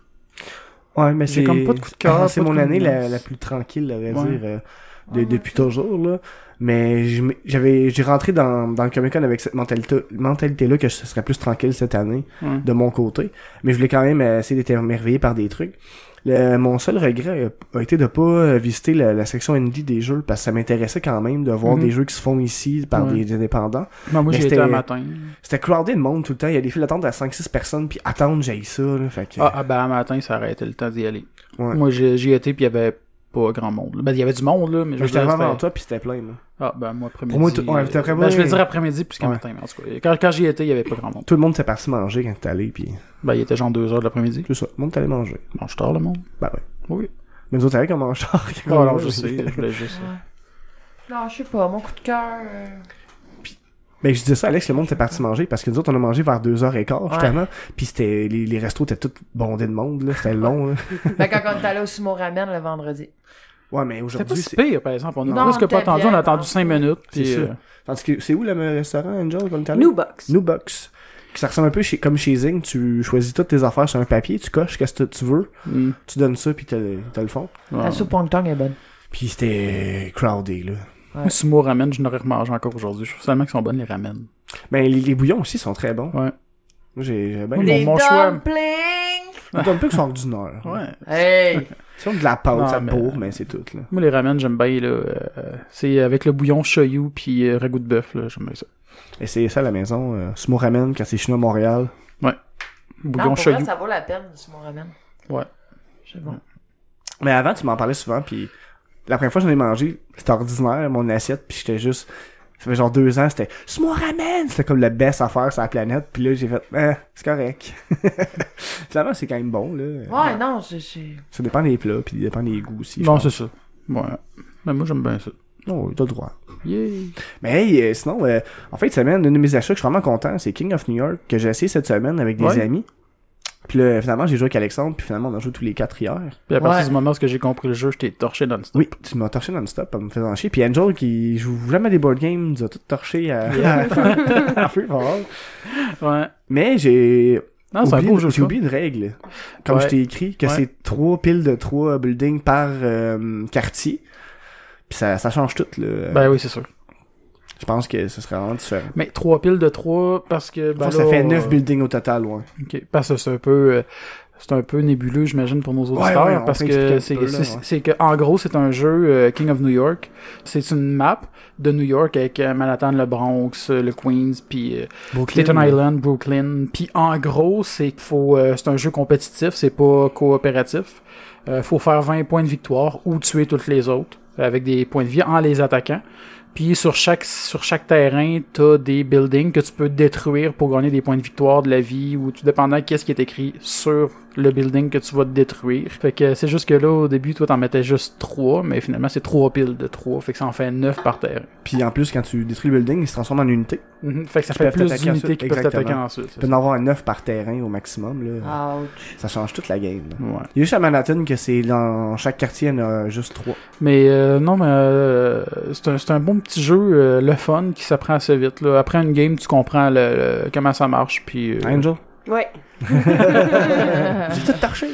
Ouais, mais J'ai c'est. comme pas [LAUGHS] de coup de cœur, Ah, C'est pas de mon coup de année la, mince. la plus tranquille, à vrai Ouais. dire, euh, de- depuis toujours, là. Mais je m- j'avais, j'ai rentré dans, dans le Comic Con avec cette mentalité, mentalité-là que ce serait plus tranquille cette année, Ouais. de mon côté. Mais je voulais quand même euh, essayer d'être émerveillé par des trucs. Le- euh, mon seul regret a, a été de pas euh, visiter la, la section indie des jeux parce que ça m'intéressait quand même de voir Mhm. des jeux qui se font ici par Ouais. des, des indépendants. Non, moi, Mais j'y étais c'était- un matin. C'était crowded le monde tout le temps. Il y a des files d'attente à 5-6 personnes, puis attendre, j'ai ça. Là, fait que... Ah, ah, ben, un matin, ça arrêtait le temps d'y aller. Ouais. Moi, j'y j'y étais, puis il y avait pas grand monde. là. Ben, il y avait du monde, là, mais je Mais veux j'étais dire, avant c'était- toi, puis c'était plein, là. Ah, ben, moi, après-midi. Pour moi, tout- ouais, t'as vraiment- ben, je vais dire après-midi plus qu'à Ouais. matin, mais en tout cas. Quand, quand j'y étais, il y avait pas grand monde. Tout le monde s'est parti manger quand t'es allé, puis Ben, il était genre 2 heures de l'après-midi. tout ça. Tout le monde t'allait manger. Je mange tard, le monde. Ben ouais. Oui. Mais nous autres, avec, on mange [LAUGHS] tard. Ah, quand on non, mange. je sais, [LAUGHS] je voulais juste. Non, je sais pas, mon coup de cœur. euh, Mais je disais ça, Alex, le monde était parti manger parce que nous autres, on a mangé vers 2h15, Ouais. justement. Puis c'était, les, les restos étaient tous bondés de monde, là. C'était long, là. Ben, quand on est allé au sumo ramen le vendredi. Ouais, mais C'était pas aujourd'hui, si c'est. pire, par exemple. On Non, a presque t'es pas attendu, bien, on a attendu non. 5 minutes. C'est puis, sûr. euh, Tandis que c'est où le restaurant, Angel, comme t'as New Box. Newbox. Ça ressemble un peu chez, comme chez Zing. Tu choisis toutes tes affaires sur un papier, tu coches qu'est-ce que tu veux, hmm, tu donnes ça, puis t'as t'as le fond. ouais. La soupe Pong Tong est bonne. Puis c'était crowdé, là. Un Sumo ramen, je n'aurais remangé encore aujourd'hui. Je trouve seulement qu'ils sont bonnes, les ramen. Ben, les, les bouillons aussi sont très bons. Ouais. Moi, j'ai j'ai bien. Mon- Les mon choix. dumplings! Ils donnent plus que sont du Nord. Ouais. Hey! Ils ont de la pâte, Non, ça mais- euh, bourre, mais c'est tout, là. Moi, les ramen, j'aime bien, là. euh, c'est avec le bouillon shoyu puis euh, ragoût de bœuf, là. J'aime bien ça. Essayez ça à la maison. Euh, Sumo Ramen, quand c'est chinois à Montréal. Bouillon Non, Ah, pour vrai, shoyu. ça vaut la peine, le sumo ramen. Ouais. C'est bon. Mais avant, tu m'en parlais souvent, puis la première fois que j'en ai mangé, c'était ordinaire, mon assiette, puis j'étais juste... Ça fait genre deux ans, c'était « C'est mon ramen! » C'était comme la best affaire sur la planète, puis là, j'ai fait « Ah, c'est correct. » [LAUGHS] Finalement, c'est quand même bon, là. Ouais, non, c'est- c'est. Ça dépend des plats, puis ça dépend des goûts aussi. je Non, pense. c'est ça. Ouais. Mais moi, j'aime bien ça. Non, t'as le droit. Yay. Mais hey, euh, sinon, euh, en fin de semaine, une de mes achats que je suis vraiment content, c'est King of New York, que j'ai essayé cette semaine avec des Ouais. amis. Puis là, finalement, j'ai joué avec Alexandre, puis finalement, on a joué tous les quatre hier. Puis à partir Ouais. du moment où ce que j'ai compris le jeu, je t'ai torché dans le style. Oui, tu m'as torché non-stop en me faisant chier. Puis Angel, qui joue jamais à des board games, nous a tout torché à, [LAUGHS] à feu fort. Ouais. Mais j'ai Non, Ah, c'est un oublié, beau jeu, j'ai ça. oublié une règle. Comme Ouais. je t'ai écrit, que Ouais. c'est trois piles de trois buildings par euh, quartier. Puis ça, ça change tout. Là. Ben oui, c'est sûr. je pense que ce serait vraiment différent. Mais trois piles de trois, parce que. Je pense Ben, que ça là, fait euh, neuf buildings au total, ouais. Ok, parce que c'est un peu euh, c'est un peu nébuleux, j'imagine, pour nos auditeurs, hein, ouais, on parce peut expliquer un que petit c'est peu, là, c'est- ouais. c'est que en gros c'est un jeu euh, King of New York. C'est une map de New York avec euh, Manhattan, le Bronx, euh, le Queens, puis euh, Staten Island, Brooklyn. Puis en gros c'est qu'il faut euh, c'est un jeu compétitif, c'est pas coopératif. Euh, faut faire 20 points de victoire ou tuer toutes les autres euh, avec des points de vie en les attaquant. Puis sur chaque sur chaque terrain, t'as des buildings que tu peux détruire pour gagner des points de victoire de la vie ou tout dépendant qu'est-ce qui est écrit sur le building que tu vas détruire. Fait que c'est juste que là au début toi t'en mettais juste trois, mais finalement c'est trois piles de trois, fait que ça en fait neuf par terre. Puis en plus, quand tu détruis le building, il se transforme en unité. Fait que ça fait Mhm. Qui peuvent plus t'attaquer d'unités ensuite, qui peuvent t'attaquer exactement. ensuite. Tu c'est peux ça. en avoir neuf par terrain au maximum. Là. Ah. [LAUGHS] Ouch. Ça change toute la game. là. Ouais. Il y a juste à Manhattan que c'est dans chaque quartier, il y en a juste trois. Mais euh, non, mais euh, c'est un, c'est un bon petit jeu, euh, le fun, qui s'apprend assez vite. Là. Après une game, tu comprends le, le- comment ça marche, puis... euh, Angel? Ouais. J'ai tout torché!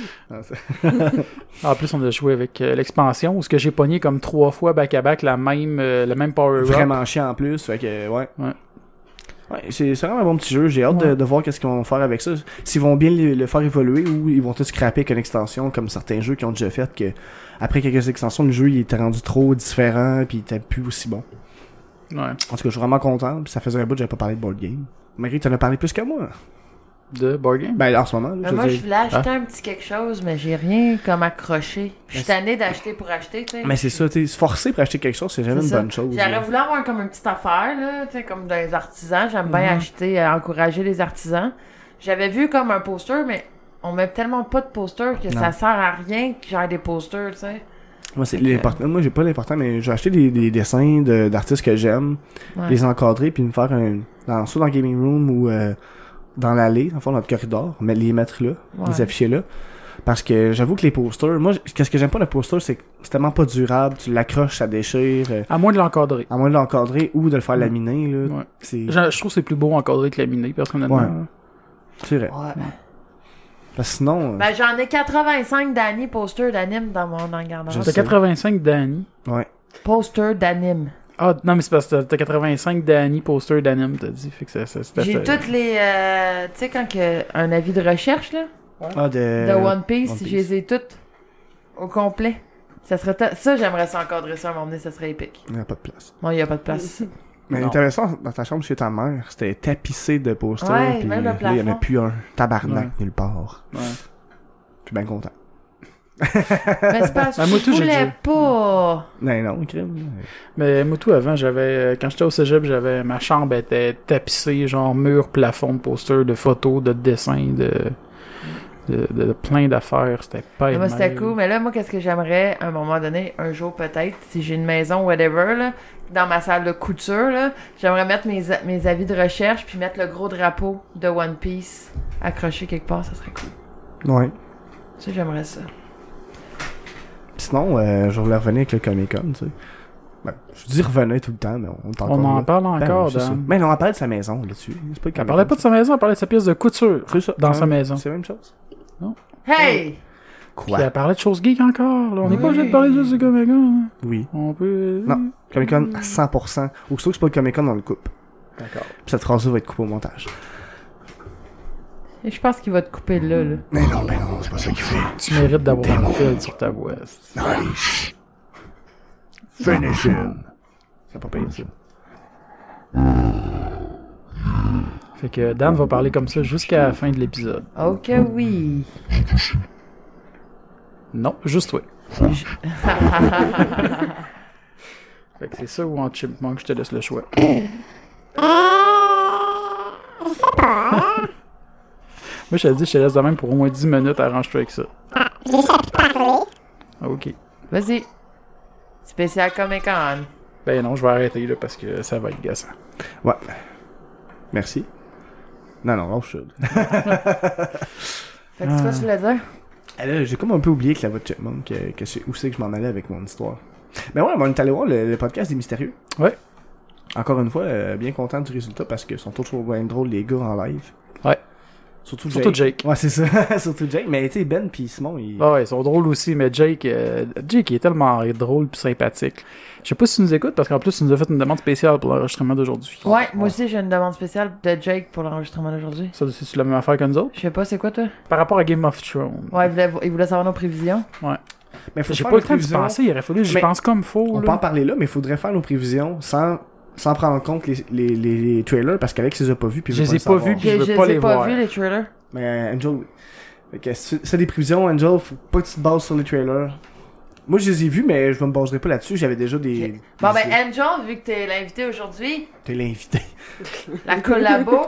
En plus, on a joué avec euh, l'expansion, où ce que j'ai pogné comme trois fois back-à-back la même, euh, le même power-up. Vraiment chiant en plus, fait que, ouais. Ouais. Ouais, c'est c'est vraiment un bon petit jeu. J'ai hâte de, Ouais. de voir qu'est-ce qu'ils vont faire avec ça. S'ils vont bien le, le faire évoluer ou ils vont tout scraper avec une extension comme certains jeux qui ont déjà fait que après quelques extensions, le jeu il était rendu trop différent puis il était plus aussi bon. Ouais. En tout cas, je suis vraiment content. Puis ça faisait un bout que j'avais pas parlé de board game. Malgré que t'en as parlé plus que moi. De board game. Ben, en ce moment, là, Mais je veux moi, je dire. hein? voulais acheter un petit quelque chose, mais j'ai rien comme accroché. Puis Je Mais suis tannée d'acheter pour acheter, tu sais. Mais c'est ça, tu se forcer pour acheter quelque chose, c'est jamais C'est une ça. bonne chose. là. J'aurais voulu avoir comme une petite affaire, là, tu sais, comme dans les artisans. J'aime Mm-hmm. bien acheter, euh, encourager les artisans. J'avais vu comme un poster, mais on met tellement pas de posters que Non. ça sert à rien que j'ai des posters, tu sais. Moi, c'est l'important. Moi, j'ai pas l'important, mais j'ai acheté des, des dessins de- d'artistes que j'aime, Ouais. les encadrer, puis me faire un. Dans, soit dans le gaming room ou euh, dans l'allée, dans le fond, dans le corridor, mais les mettre là, Ouais. les afficher là. Parce que j'avoue que les posters, moi, j- qu'est-ce que j'aime pas le poster, c'est que c'est tellement pas durable, tu l'accroches, ça déchire, euh, À moins de l'encadrer. à moins de l'encadrer ou de le faire Mm. laminer, là. Ouais. C'est Je, je trouve que c'est plus beau encadré que laminé, personnellement. Ouais. c'est vrai. Ouais. Parce que sinon, euh, Ben, j'en ai 85 d'anime, posters d'anime dans mon dans le garde-robe. T'as 85 d'Annie. ouais. Posters d'anime. Ah, non, mais c'est parce que t'as- t'as 85 d'Annie, poster d'anime, t'as dit. Fait que ça, ça, c'était- J'ai toutes les. euh, tu sais, quand que, un avis de recherche, là, Ah, de. de Euh, One Piece, One Piece. je les ai toutes au complet. Ça serait. ta- Ça, j'aimerais ça encadrer ça à un moment donné, ça serait épique. Il y a pas de place. Bon, il n'y a pas de place. Mais Non. intéressant, dans ta chambre chez ta mère, c'était tapissé de posters. Ouais, puis même le là, il n'y en a plafond. plus un. Tabarnak Ouais. nulle part. Ouais. Je suis bien content. Mais c'est parce [LAUGHS] Ben, que moi, je tout, j'ai voulais dit. pas. Non, non, crime. Mais moi, tout avant, j'avais. euh, Quand j'étais au cégep, j'avais. Ma chambre était tapissée, genre mur, plafond de posters, de photos, de dessins, de. de, de- de plein d'affaires. C'était pas Moi, aimable. bah, c'était cool. Ah, Mais là, moi, qu'est-ce que j'aimerais, à un moment donné, un jour peut-être, si j'ai une maison, whatever, là, dans ma salle de couture, là, j'aimerais mettre mes, a- mes avis de recherche puis mettre le gros drapeau de One Piece accroché quelque part. Ça serait cool. Ouais. Ça, j'aimerais ça. Sinon, euh, je voulais revenir avec le Comic Con, tu sais. Ben, je dis revenir tout le temps, mais on t'en On en parle encore, Dan. Ben, Mais non, on parle de sa maison là-dessus. C'est pas le On parlait pas de sa maison, on parlait de sa pièce de couture. C'est ça. Dans Hein, sa maison. C'est la même chose. Hey! Puis elle parlait de choses geek encore. là. On n'est pas obligé de parler juste du Comic Con. Oui. On peut. Non. Comic Con à 100%. Ou que c'est pas le Comic Con, on le coupe. Mm. D'accord. Puis cette phrase-là va être coupée au montage. Et Je pense qu'il va te couper là, là. Mais non, ben non, c'est pas ça qu'il fait. Tu mérites d'avoir un fil sur ta voix. Nice. Finish him. C'est pas payé, ça. Fait que Dan va parler comme ça jusqu'à la fin de l'épisode. Oh que oui! Non, juste toi. fait que c'est ça ou en chipmunk, je te laisse le choix. Moi, je te dis, je te laisse de même pour au moins 10 minutes, arrange-toi avec ça. Ok. Vas-y! Spécial Comic Con! Ben non, je vais arrêter là parce que ça va être gassant. Ouais. Merci. Non, non, on should. Fait que c'est quoi que tu voulais dire? Ah là, J'ai comme un peu oublié que la voix de Chipmunk, que, que c'est où c'est que je m'en allais avec mon histoire. Mais ouais, on est allé voir le, le podcast des mystérieux. Ouais. Encore une fois, euh, bien content du résultat parce qu'ils sont toujours bien drôles les gars en live. Ouais. Surtout, Surtout Jake. Ouais, c'est ça. [LAUGHS] Surtout Jake. Mais tu sais, Ben puis Simon, ils... Ah ouais, ils sont drôles aussi, mais Jake, euh, Jake il est tellement drôle puis sympathique. Je sais pas si tu nous écoutes parce qu'en plus, tu nous as fait une demande spéciale pour l'enregistrement d'aujourd'hui. Ouais, moi aussi j'ai une demande spéciale de Jake pour l'enregistrement d'aujourd'hui. Ça, c'est la même affaire que nous autres. Je sais pas, c'est quoi toi? Par rapport à Game of Thrones. Ouais, il voulait, il voulait savoir nos prévisions. Mais Ben, faut J'ai faire pas nos le temps de prévisions. penser, il aurait fallu que j'y Mais- pense comme faux. On peut en Là. parler là, mais il faudrait faire nos prévisions sans, sans prendre en compte les, les, les, les trailers parce qu'Alex les a pas vus. Puis il Je veut les ai le pas savoir. vus, puis- J'ai- je veux je pas les ai les pas voir. vus les trailers. Mais euh, Angel, oui. Fait que si tu- si t'as des prévisions, Angel, faut pas que tu te bases sur les trailers. Moi, je les ai vus, mais je me baserai pas là-dessus. J'avais déjà des. Ok. Bon des- ben Angel, vu que t'es l'invité aujourd'hui, T'es l'invité. la [LAUGHS] collabo,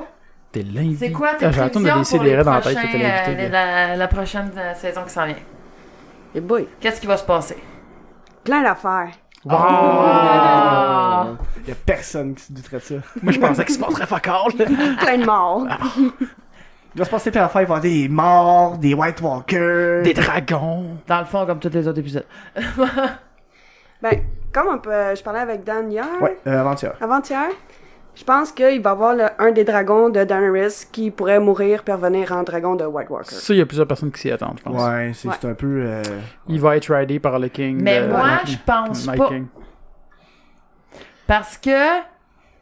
T'es l'invité. c'est quoi tes Ah, j'ai hâte de prévisions laisser pour les les raies dans la prochains, tête que t'es l'invité, euh, là. les- la, la prochaine euh, saison qui s'en vient? Et boy, Qu'est-ce qui va se passer? plein d'affaires. Ah! Y'a personne qui se douterait de ça. Moi, je pensais qu'il se passerait fuck all. là. [LAUGHS] Plein de morts. Ah. Il va se passer plein d'affaires. Il va y avoir des morts, des White Walkers. Des dragons. Dans le fond, comme tous les autres épisodes. Ben, comme on peut, je parlais avec Dan hier, Ouais, euh, avant-hier. avant-hier, je pense qu'il va y avoir le- un des dragons de Daenerys qui pourrait mourir puis revenir en dragon de White Walker. Ça, il y a plusieurs personnes qui s'y attendent, je pense. Ouais, c'est c'est un peu. euh, Il va être ridé par le King. Mais de- moi, de- je pense Night pas. Ben, King. Parce que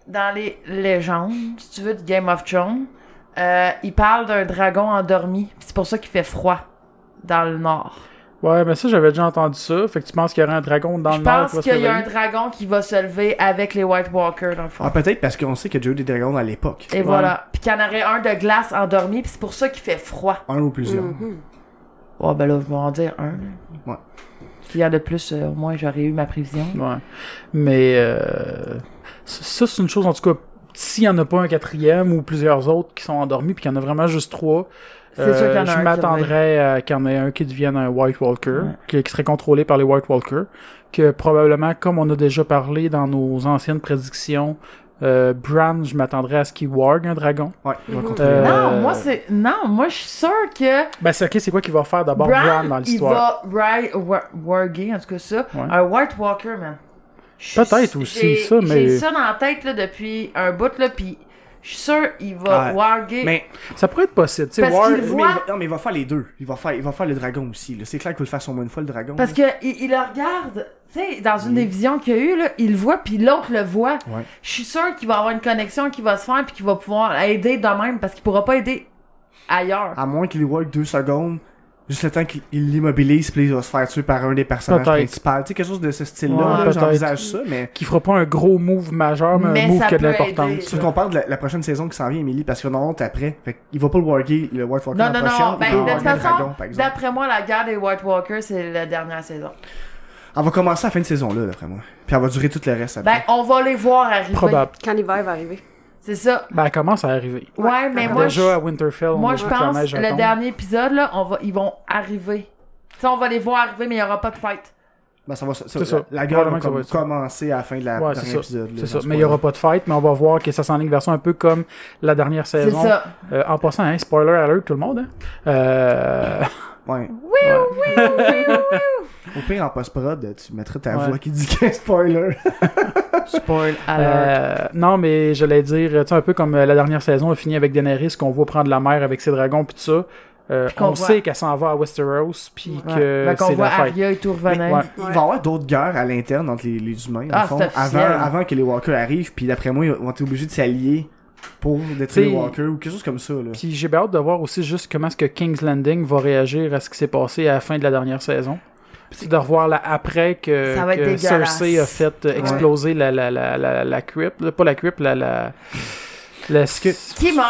dans les légendes, si tu veux, de Game of Thrones, euh, il parle d'un dragon endormi. C'est pour ça qu'il fait froid dans le nord. Ouais, mais ça, j'avais déjà entendu ça. Fait que tu penses qu'il y aurait un dragon dans Je le nord pense qui va se qu'il y a un réveiller? dragon qui va se lever avec les White Walkers dans le fond. Ah, peut-être parce qu'on sait qu'il y a déjà eu des dragons à l'époque. Ah, Et voilà. Puis qu'il y en aurait un de glace endormi, puis c'est pour ça qu'il fait froid. Un ou plusieurs. Mhm. Oh ben là, je vais en dire un. là. Ouais. S'il y en a plus, euh, au moins j'aurais eu ma prévision. Ouais. Mais euh, ça, ça, c'est une chose, en tout cas, s'il n'y en a pas un quatrième ou plusieurs autres qui sont endormis, puis qu'il y en a vraiment juste trois, euh, C'est sûr qu'il y en a un je qui m'attendrais à qu'il y en ait un qui devienne un White Walker, Ouais. qui, qui serait contrôlé par les White Walker, que probablement, comme on a déjà parlé dans nos anciennes prédictions, euh, Bran, je m'attendrais à ce qu'il wargue un dragon. Ouais, il va Mhm. continuer. Euh, Non, moi c'est non, moi je suis sûre que Ben, c'est ok, c'est quoi qu'il va faire d'abord Bran, Bran, dans il l'histoire? va ri- wa- warguer, en tout cas ça, Ouais. un White Walker, man. Je- Peut-être aussi, j'ai- ça, mais- J'ai ça dans la tête là, depuis un bout, là, pis je suis sûr il va Ouais. warguer. Mais, Ça pourrait être possible, tu sais, Parce war- qu'il mais voit- il va- non, mais il va faire les deux. Il va faire, il va faire le dragon aussi. là. C'est clair qu'il va le faire au moins une fois le dragon. Parce là. que il, il le regarde, tu sais, dans une Oui. des visions qu'il y a eu, là, il le voit, puis l'autre le voit. Ouais. Je suis sûr qu'il va avoir une connexion qui va se faire, puis qu'il va pouvoir aider de même, parce qu'il pourra pas aider ailleurs. À moins qu'il work deux secondes, Juste le temps qu'il il l'immobilise, puis il va se faire tuer par un des personnages Peut-être. principaux. Tu sais, quelque chose de ce style-là, Ouais, là, peut-être. j'envisage ça, mais... Qui fera pas un gros move majeur, mais, Mais un move ça qui a de peut l'importance. aider. Sauf qu'on parle de la, la prochaine saison qui s'en vient, Emily, parce qu'il va en avoir après. Fait qu'il va pas le warguer, le White Walker Non, la non, prochaine, non. il va Ben, de warguer toute le dragon, façon, par exemple. d'après moi, la guerre des White Walkers, c'est la dernière saison. Elle va commencer à la fin de saison-là, d'après moi. Puis elle va durer tout le reste après. Ben, on va les voir arriver. Probable. Quand l'hiver va arriver. C'est ça. Ben, elle commence à arriver. Ouais, mais Déjà, moi, Déjà je- à Winterfell, on moi, a je vu que la pense neige que le tombe. dernier épisode, là, on va... ils vont arriver. Tu sais, on va les voir arriver, mais il n'y aura pas de fight. Ben, ça va, ça, C'est la- ça. La guerre Probablement va que ça va comme- être ça. commencer à la fin de la Ouais, dernier c'est ça. épisode. là, C'est dans ça. ce Mais il n'y aura coin-là. pas de fight, mais on va voir que ça s'enligne vers ça un peu comme la dernière C'est saison. ça. Euh, en passant, hein, spoiler alert tout le monde. hein. Euh, Ouais. Au pire, en post-prod, tu mettrais ta Ouais. voix qui dit [LAUGHS] qu'un spoiler. Spoil alert. euh, non, mais j'allais dire, tu sais, un peu comme euh, la dernière saison, on finit avec Daenerys, qu'on voit prendre la mer avec ses dragons, puis tout ça. Euh, qu'on on voit. sait qu'elle s'en va à Westeros, puis Ouais. que Fait qu'on c'est voit la fête. Arya et tout revenir. Ouais. Il va y avoir d'autres guerres à l'interne entre les, les humains, Ah, en fond, c'est officiel. avant, avant que les Walkers arrivent. Puis d'après moi, ils vont être obligés de s'allier pour détruire les T'sais, Walkers ou quelque chose comme ça. Là. Puis j'ai bien hâte de voir aussi juste comment est-ce que King's Landing va réagir à ce qui s'est passé à la fin de la dernière saison. Puis c'est de revoir là après que, Ça va être que dégueulasse. Cersei a fait euh, exploser la, la, la, la, la crypte, là, pas la crypte, la... la, la... Qui meurt?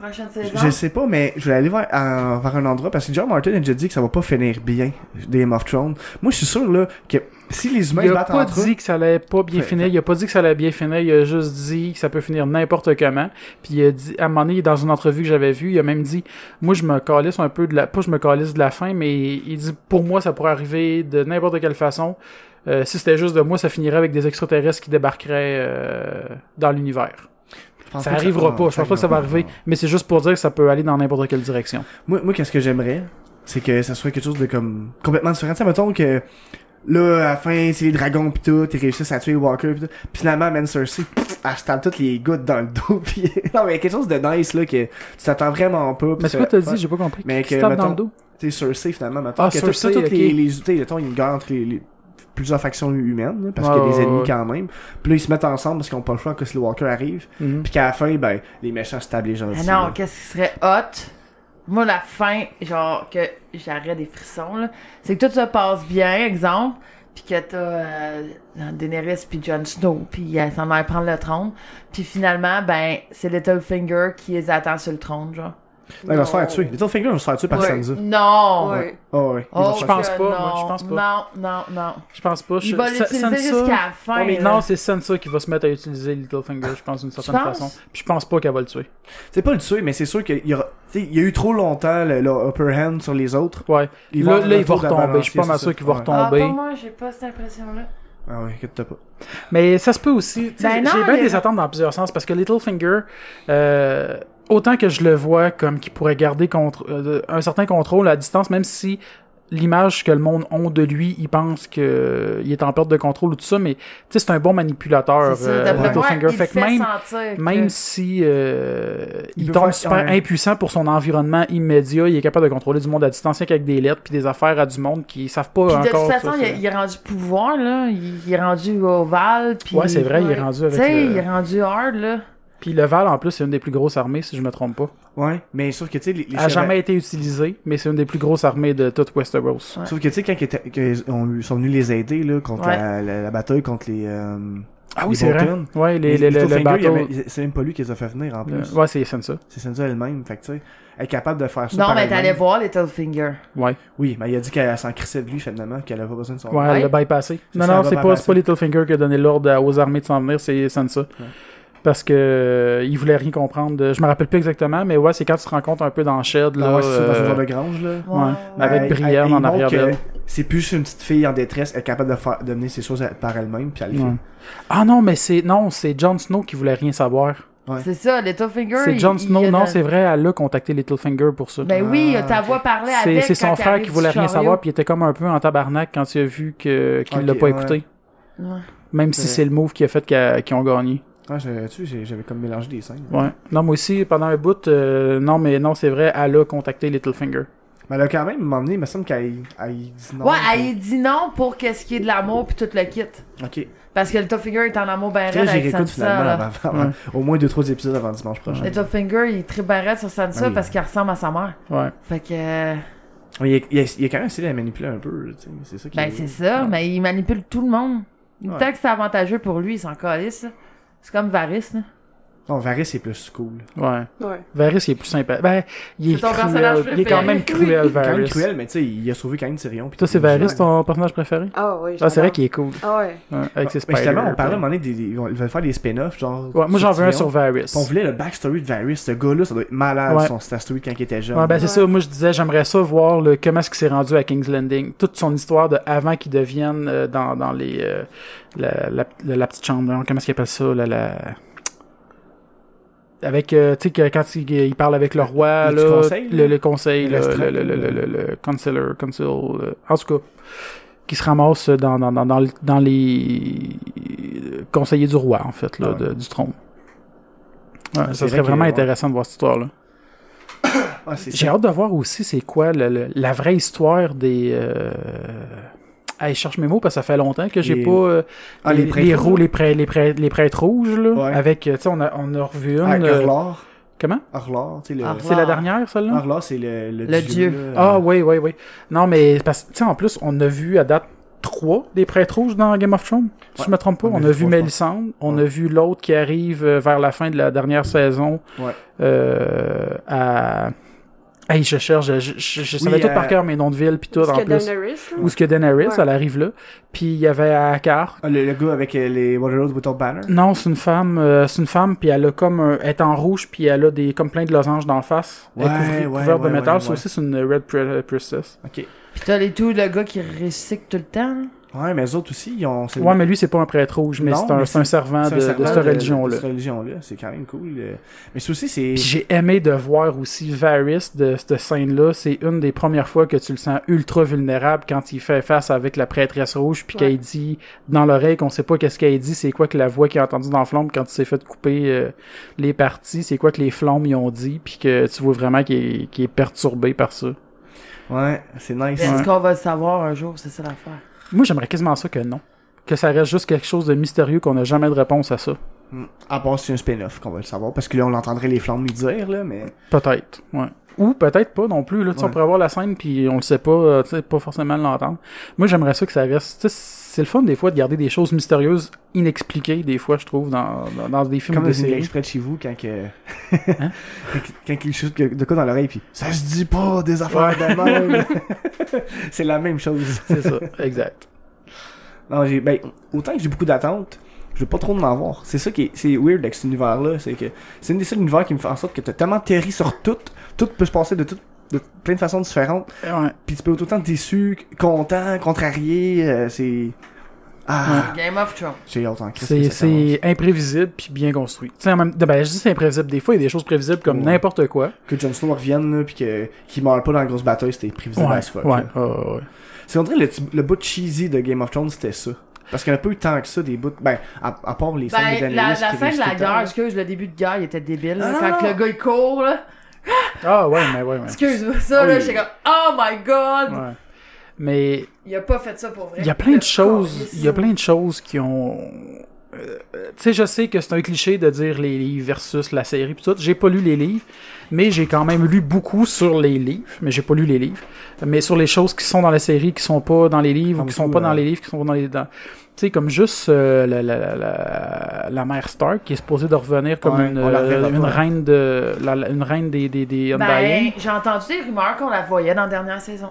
Prochaine saison. Je sais pas, mais je vais aller vers, à- vers un endroit parce que John Martin a déjà dit que ça va pas finir bien, Game of Thrones. Moi, je suis sûr là, que si les humains se Il a battent pas entre eux, dit que ça allait pas bien Fait- finir. Il a pas dit que ça allait bien finir. Il a juste dit que ça peut finir n'importe comment. Puis il a dit, à un moment donné, dans une entrevue que j'avais vue, il a même dit, moi je me calisse un peu de la, pas je me calisse de la fin, mais il dit, pour moi ça pourrait arriver de n'importe quelle façon. Euh, si c'était juste de moi, ça finirait avec des extraterrestres qui débarqueraient euh, dans l'univers. je pense Ça pas que arrivera non, pas. Je pense pas que ça va arrivera arriver. Mais c'est juste pour dire que ça peut aller dans n'importe quelle direction. Moi, moi qu'est-ce que j'aimerais, c'est que ça soit quelque chose de comme complètement différent. Tu sais, mettons que là, à la fin, c'est les dragons pis tout, ils réussissent à tuer Walker pis tout. Pis finalement, Man Cersei, pff, elle se tape toutes les gouttes dans le dos [LAUGHS] pis... non, mais quelque chose de nice, là, que tu t'attends vraiment pas Mais pis ça- c'est quoi t'as dit? ouais. J'ai pas compris. Mais Qui que, se tape dans mettons, le dos? Tu sais, Cersei, finalement, mettons Ah, que t'as Cersei, toutes ok. les, les unités, mettons, il y a une guerre entre les... les- plusieurs factions humaines, là, parce Ouais, qu'il y a des Ah, ouais, ennemis ouais. quand même. Puis là, ils se mettent ensemble parce qu'ils ont pas le choix que si le Walker arrive. Mhm. Puis qu'à la fin, ben, les méchants se tablent les gens. Ah non, qu'est-ce qui serait hot? Moi, la fin, genre, que j'arrête des frissons, là, c'est que tout se passe bien, exemple, puis que t'as euh, Daenerys puis Jon Snow, puis elle s'en va prendre le trône, puis finalement, ben, c'est Littlefinger qui les attend sur le trône, genre. Là, ils vont se faire tuer. Littlefinger va se faire tuer par Ouais. Sansa. Non! Ouais. Oh, ouais. Ils Oh, vont se Je faire pense que pas, moi, non. je pense Non, non, non. Je pense pas. Je- Il va Sa- l'utiliser Sansa- jusqu'à la fin. Non, mais là. non, c'est Sansa qui va se mettre à utiliser Littlefinger, je pense, d'une certaine penses? façon. Puis je pense pas qu'elle va le tuer. C'est pas le tuer, mais c'est sûr qu'il y, aura... tu sais, il y a eu trop longtemps le, le upper hand sur les autres. Ouais. Ils vont là, là, il va retour de la retomber. Je suis pas balance, mal c'est sûr ça. qu'il va Ouais. Ah, retomber. pas moi, j'ai pas cette impression-là. Ah ouais, inquiète pas. Mais ça se peut aussi. tu sais, Ben non, J'ai bien les- des attentes dans plusieurs sens parce que Littlefinger, euh, autant que je le vois comme qu'il pourrait garder contre, euh, un certain contrôle à distance, même si l'image que le monde ont de lui, il pense que euh, il est en perte de contrôle ou tout ça, mais tu sais, c'est un bon manipulateur, C'est ça, euh, d'après moi, Littlefinger. il Fait fait que même, sentir que- Même si euh, Il il, peut tombe faire- super ouais. impuissant pour son environnement immédiat, il est capable de contrôler du monde à distance rien qu'avec des lettres puis des affaires à du monde qui savent pas Puis de encore. toute ça, façon, il, c'est- il est rendu pouvoir, là. Il, il est rendu ovale, puis... Ouais, c'est vrai, il est Ouais. rendu Tu avec. euh, sais, le- il est rendu hard, là. Puis le Val en plus, c'est une des plus grosses armées si je me trompe pas. Ouais, mais sauf que tu sais, les, les a chevaliers- jamais été utilisée, mais c'est une des plus grosses armées de toute Westeros. Sauf que tu sais, quand ils étaient- qu'ils ont eu- sont venus les aider, là, contre Ouais. la, la- la bataille contre les. euh, Ah oui, c'est vrai. Ouais, les, les- les, les- le Littlefinger, il y bateau. avait- c'est même pas lui qui les a fait venir en plus. le- Ouais, c'est Sansa. C'est Sansa elle-même, fait que tu sais, elle est capable de faire ça. Non, par mais elle-même. t'allais voir Littlefinger. Ouais. Oui, mais il a dit qu'elle s'en crissait de lui finalement, qu'elle avait pas besoin de son. Ouais, elle l'a bypassé. C'est Non, Ah ça, non, elle l'a c'est pas, c'est bypassé. pas Littlefinger qui a donné l'ordre à- aux armées de s'en venir, c'est Sansa. Parce que euh, il voulait rien comprendre. de- Je me rappelle plus exactement, mais ouais, c'est quand tu te rencontres un peu dans Shed, là. Là, Ah ouais, c'est ça, dans une euh, genre de grange, là. Ouais. ouais, avec Elle- Brienne elle- en Euh, il montre arrière que d'elle. C'est plus juste une petite fille en détresse, elle est capable de faire, de mener ses choses à- par elle-même, puis elle le fait. Ouais. Ah non, mais c'est non, c'est Jon Snow qui voulait rien savoir. Ouais. C'est ça, Littlefinger... C'est il- Jon il Snow, a non, dans- c'est vrai, elle a contacté Littlefinger pour ça. Ben oui, Ah, ta voix ok. parlait C'est- avec... c'est son quand frère il qui voulait arrive du rien chariot. savoir, puis il était comme un peu en tabarnak quand il a vu que- qu'il Ok, l'a pas ouais. écouté. Ouais. Même si Ouais. c'est le move qui a fait qu'a- qu'ils ont gagné. Ah, j'avais, tu sais, j'ai- j'avais comme mélangé des scènes. Ouais. Non, moi aussi, pendant un bout, euh, non, mais non, c'est vrai, elle a contacté Littlefinger. Mais elle a quand même m'emmené, il me semble qu'elle elle dit non. Ouais, puis- elle dit non pour qu'est-ce qui est de l'amour, puis tout le kit. Ok. Parce que Littlefinger est en amour ben Là, raide j'ai avec réécoute Sansa, finalement là. avant, avant- Ouais. au moins 2-3 épisodes avant dimanche prochain. Littlefinger, il est très barrette ben sur Sansa Ah oui. parce qu'il ressemble à sa mère. Ouais. Fait que... Il est, il est- il est quand même essayé de la manipuler un peu, tu sais. C'est ça qui Ben, c'est ça, mais il manipule tout le monde. Ouais. Tant que c'est avantageux pour lui, il s'en calisse. là. C'est comme Varys, là. Non, Varys, c'est plus cool. Ouais. Ouais. Varys, il est plus sympa. Ben, il est, C'est ton cruel. personnage Il est quand préféré. même cruel, Quand même Varys. cruel, mais tu sais, il a sauvé quand même Tyrion. pis Toi, tout. c'est Varys, Ouais. ton personnage préféré? Ah oui, Ah, c'est vrai j'adore. qu'il est cool. Ah ouais. hein, avec ses Mais spiders. justement, on parlait à un ouais. moment donné, des, des- ils veulent faire des spin-offs, genre. Ouais, moi, j'en veux un Tyrion. sur Varys. Pis on voulait le backstory de Varys. Ce gars-là, ça doit être malade, Ouais. son sa story quand il était jeune. Ouais, ben, c'est ça. Moi, je disais, j'aimerais ça voir le, comment est-ce qu'il s'est rendu à King's Landing. Toute son histoire de avant qu'il devienne euh, dans, dans les, euh, la, la, la- la petite chambre. hein, Comment est-ce qu'il appelle ça? La, la... Avec, euh, tu sais, que quand il, il parle avec le roi, Le là, petit conseil, le, là? le conseil, Le là, le, strat- le, le, le, le, le counselor, counsel, euh, en tout cas, qui se ramasse dans, dans, dans, dans, le- dans les conseillers du roi, en fait, là, Ah ouais. Ah, de- du trône. Ouais, c'est ça vrai serait vraiment que- ouais. intéressant de voir cette histoire-là. Ah, c'est J'ai ça. hâte de voir aussi c'est quoi le- le- la vraie histoire des. Euh... ah, je cherche mes mots parce que ça fait longtemps que j'ai Les- pas. euh, Ah, les prêtres roues, rouges. les, prê- les, prê- les prêtres rouges, là. Ouais. Ah, Avec, euh, tu sais, on a, on a revu une. Avec euh, Orlor. Comment Orlor, tu sais, le. Orlor. C'est la dernière, celle-là Orlor, c'est le, le, Le dieu. là. Ah, oui, oui, oui. Non, mais, parce que, tu sais, en plus, on a vu à date trois des prêtres rouges dans Game of Thrones. Si Ouais. je me trompe pas, On a on vu a vu trois, je Melisandre, on Ouais. a vu l'autre qui arrive euh, vers la fin de la dernière saison Ouais. euh, à. Hey, je cherche, je, je, je- je savais Oui, tout euh, par cœur mes noms de villes puis tout Parce en que plus. Daenerys, là, Où ce que Daenerys, Ouais. elle arrive là. Puis il y avait Akar. Ah, le, le gars avec euh, les Waterloo Without Banner. Non, c'est une femme, euh, c'est une femme, puis elle a comme un, elle est en rouge, puis elle a des comme plein de losanges d'en face. Elle est Ouais, couvri- ouais, couverte ouais, de métal. ouais, ça ouais. aussi, c'est une Red Pri- Priestess. Ok. Pis t'as les tout, le gars qui recycle tout le temps, là. Ouais, mais eux autres aussi, ils ont. c'est le- Ouais, mais lui, c'est pas un prêtre rouge, mais Non, c'est un, mais c'est un servant c'est de, un de servant cette religion-là. de cette religion-là, c'est quand même cool. euh. Mais c'est aussi, c'est. Puis j'ai aimé de voir aussi Varys de cette scène-là. C'est une des premières fois que tu le sens ultra vulnérable quand il fait face avec la prêtresse rouge, puis Ouais. qu'elle dit dans l'oreille qu'on sait pas qu'est-ce qu'elle dit, c'est quoi que la voix qu'il a entendue dans Flamme quand il s'est fait couper euh, les parties, c'est quoi que les flammes y ont dit, puis que tu vois vraiment qu'il est, qu'il est perturbé par ça. Ouais, c'est nice. Est-ce qu'on va le savoir un jour? C'est ça l'affaire. Moi, j'aimerais quasiment ça que non. Que ça reste juste quelque chose de mystérieux qu'on n'a jamais de réponse à ça. Mm. À part si c'est un spin-off qu'on va le savoir, parce que là on entendrait les flammes lui dire là, mais Peut-être, ouais. Ou peut-être pas non plus. Là, tu sais, Ouais. On pourrait voir la scène, puis on le sait pas, euh, tu sais, pas forcément l'entendre. Moi, j'aimerais ça que ça reste. tu sais, C'est le fun des fois de garder des choses mystérieuses, inexpliquées, des fois, je trouve, dans, dans, dans des films comme ou des dans une Hein? séries. série près de chez vous quand que [LAUGHS] quand il chute de quoi dans l'oreille puis ça se dit pas des affaires de même. [LAUGHS] c'est la même chose. C'est ça, [LAUGHS] exact. Non, j'ai ben autant que j'ai beaucoup d'attentes, je veux pas trop de m'en voir. C'est ça qui est, c'est weird avec cet univers là, c'est que c'est une des seuls univers qui me fait en sorte que t'as tellement de théories sur tout, tout peut se passer de tout de plein de façons différentes, Ouais. puis tu peux être autant déçu, content, contrarié, euh, c'est ah, Game of Thrones. j'ai hâte en Christ que C'est ça commence. c'est imprévisible, puis bien construit. Tu sais, en même- ben, je dis c'est imprévisible. Des fois, il y a des choses prévisibles comme Ouais. n'importe quoi. que Jon Snow revienne là, puis que qu'il meurt pas dans la grosse bataille, c'était prévisible ouais, as fuck. ouais, là. ouais, ouais. C'est on dirait le, petit- le bout cheesy de Game of Thrones, c'était ça. Parce qu'il n'y en a pas eu tant que ça des bouts. Ben, à, à part les scènes de Ben, Daenerys la, la qui scène de réussissent la tout le temps, guerre, là. excuse, le début de guerre, il était débile. là, Non, quand non, que le non. gars, il court, là. Ah, ouais, mais ouais, ouais. Excuse-moi, ça, Oh, là, il- j'étais comme, oh my god! ouais. Mais Il a pas fait ça pour vrai. Il y a plein Le de choses, calice. il y a plein de choses qui ont. euh, euh, tu sais, je sais que c'est un cliché de dire les livres versus la série pis tout. J'ai pas lu les livres, mais j'ai quand même lu beaucoup sur les livres. Mais j'ai pas lu les livres, mais sur les choses qui sont dans la série, qui sont pas dans les livres, ou Comme qui sont tout, pas dans euh, les livres, qui sont pas dans les. dans- Tu sais, comme juste euh, la, la, la, la, la mère Stark qui est supposée de revenir comme Ouais, une, on la reverra euh, une pas. reine de la- la- une reine des des des Undying. Ben, j'ai entendu des rumeurs qu'on la voyait dans la dernière saison.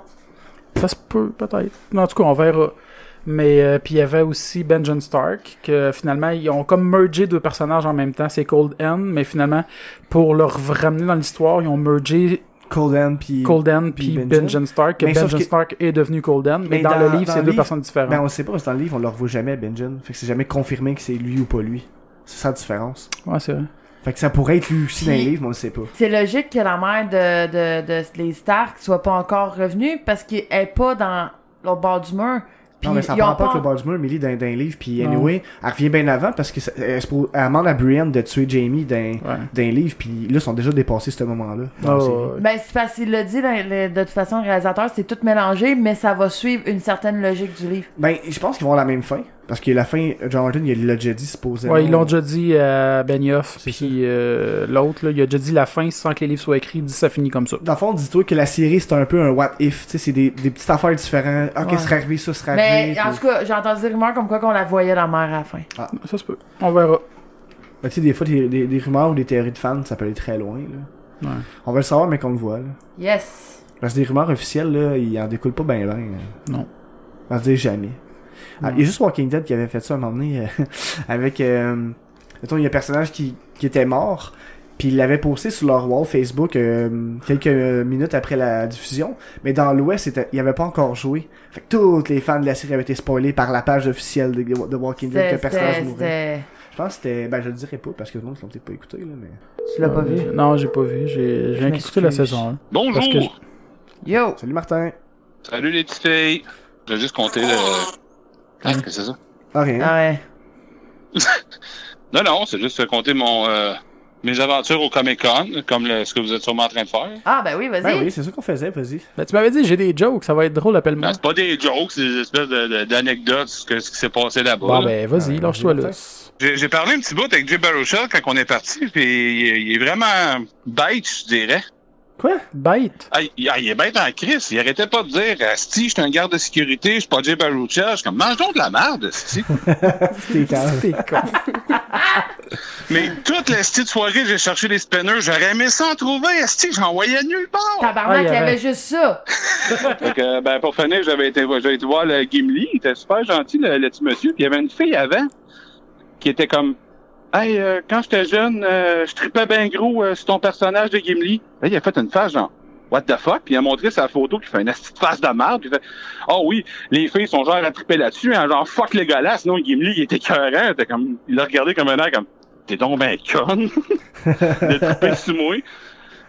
Ça se peut, peut-être. Mais En tout cas, on verra. Mais euh, puis il y avait aussi Benjamin Stark, que finalement, ils ont comme mergé deux personnages en même temps. C'est Cold End, mais finalement, pour leur ramener dans l'histoire, ils ont mergé Cold Hand, puis. Cold End puis Benjen. Benjamin Stark, que Mais sauf Benjamin que- Stark est devenu Cold End. Mais, Mais dans, dans- le livre, dans c'est le deux livre- personnes différentes. Ben, on sait pas parce que dans le livre, on le revoit jamais, Benjen. Fait que c'est jamais confirmé que c'est lui ou pas lui. C'est ça la différence. Ouais, c'est vrai. Fait que ça pourrait être lui aussi dans le Puis- livre, mais on le sait pas. C'est logique que la mère de, de, de les Stark soit pas encore revenue parce qu'elle est pas dans l'autre bord du mur. Puis non, mais ça ils ont parle pas que pas- le bord du mur, Millie, dans, dans le livre, puis Non. anyway, elle revient bien avant parce que ça- elle, se pro- elle demande à Brienne de tuer Jamie dans, Ouais. dans le livre, puis là, ils sont déjà dépassés ce moment-là. dans la série. Oh, ouais. Ben, c'est parce qu'il l'a dit, là, le- de toute façon, le réalisateur, c'est tout mélangé, mais ça va suivre une certaine logique du livre. Ben, je pense qu'ils vont avoir la même fin. Parce que la fin, John Martin, il l'a déjà dit, supposément. Ouais, ils l'ont déjà dit à Benioff, C'est ça. puis euh, l'autre, là, il a déjà dit la fin sans que les livres soient écrits, il dit ça finit comme ça. Dans le fond, dis-toi que la série, c'est un peu un what if. Tu sais, c'est des, des petites affaires différentes. Ah, Ouais. qu'est-ce qui serait arrivé, ça serait Mais arrivé. en puis- tout cas, j'ai entendu des rumeurs comme quoi qu'on la voyait la mer à la fin. Ça se peut. On verra. Mais tu sais, des fois, des, des- des rumeurs ou des théories de fans, ça peut aller très loin. Là. Ouais. On va le savoir, mais qu'on le voit. Là. Yes! Parce que des rumeurs officielles, là, il en découle pas bien, bien. Non. On va dire jamais. Ah, il y a juste Walking Dead qui avait fait ça à un moment donné euh, [LAUGHS] avec. euh, mettons, il y a un personnage qui, qui était mort, puis il l'avait posté sur leur wall Facebook euh, quelques minutes après la diffusion, mais dans l'Ouest, c'était- il avait pas encore joué. Fait que tous les fans de la série avaient été spoilés par la page officielle de, de Walking Dead que C'était- le personnage c'était- mourait. c'était- Je pense que c'était. Ben, je le dirais pas parce que le monde ne l'ont peut-être pas écouté, là, mais. Tu l'as pas vu? Euh, Non, j'ai pas vu. J'ai j'ai rien qu'écouté la m'excuse. saison 1. Parce que Bonjour! Yo! Salut Martin! Salut les petites filles! Je vais juste compter le. Hein? Qu'est-ce que c'est ça? Ah, rien. Ah ouais. Non, non, c'est juste compter mon. euh, Mes aventures au Comic Con, comme le- ce que vous êtes sûrement en train de faire. Ah ben oui, vas-y! Ben oui, c'est ça qu'on faisait, vas-y. Ben, tu m'avais dit, j'ai des jokes, ça va être drôle, appelle-moi. Ben, c'est pas des jokes, c'est des espèces de- de- d'anecdotes, ce, que- ce qui s'est passé là-bas. Bon, là. ben, vas-y, Ah, lâche-toi vas-y, là. J'ai j'ai parlé un petit bout avec Jay Baruchel quand on est parti, puis il, est- il est vraiment bête, je dirais. Quoi? Bête? Ah, il, ah, il est bête en crise. Il arrêtait pas de dire Asti, je suis un garde de sécurité, je suis pas Jay Baruchel. Je suis comme, mange donc de la merde, Asti. [LAUGHS] C'était calme. T'es con. Mais toute la sti de soirée, j'ai cherché des spinners. J'aurais aimé ça en trouver, Asti, j'en voyais nulle part. Tabarnak, Ah, il y il y avait- avait juste ça! Fait que, ben, pour finir, j'avais été, j'avais été voir le Gimli. Il était super gentil, le, le petit monsieur. Puis il y avait une fille avant qui était comme Hey, euh, quand j'étais jeune, euh, je tripais bien gros euh, sur ton personnage de Gimli. Là, il a fait une face genre What the fuck? Puis il a montré sa photo qui fait une petite face de merde. Puis il fait Oh oui, les filles sont genre à triper là-dessus, hein, genre fuck les gars sinon Gimli il était écœurant. T'es comme il l'a regardé comme un air comme T'es donc ben con [LAUGHS] de triper sur moi.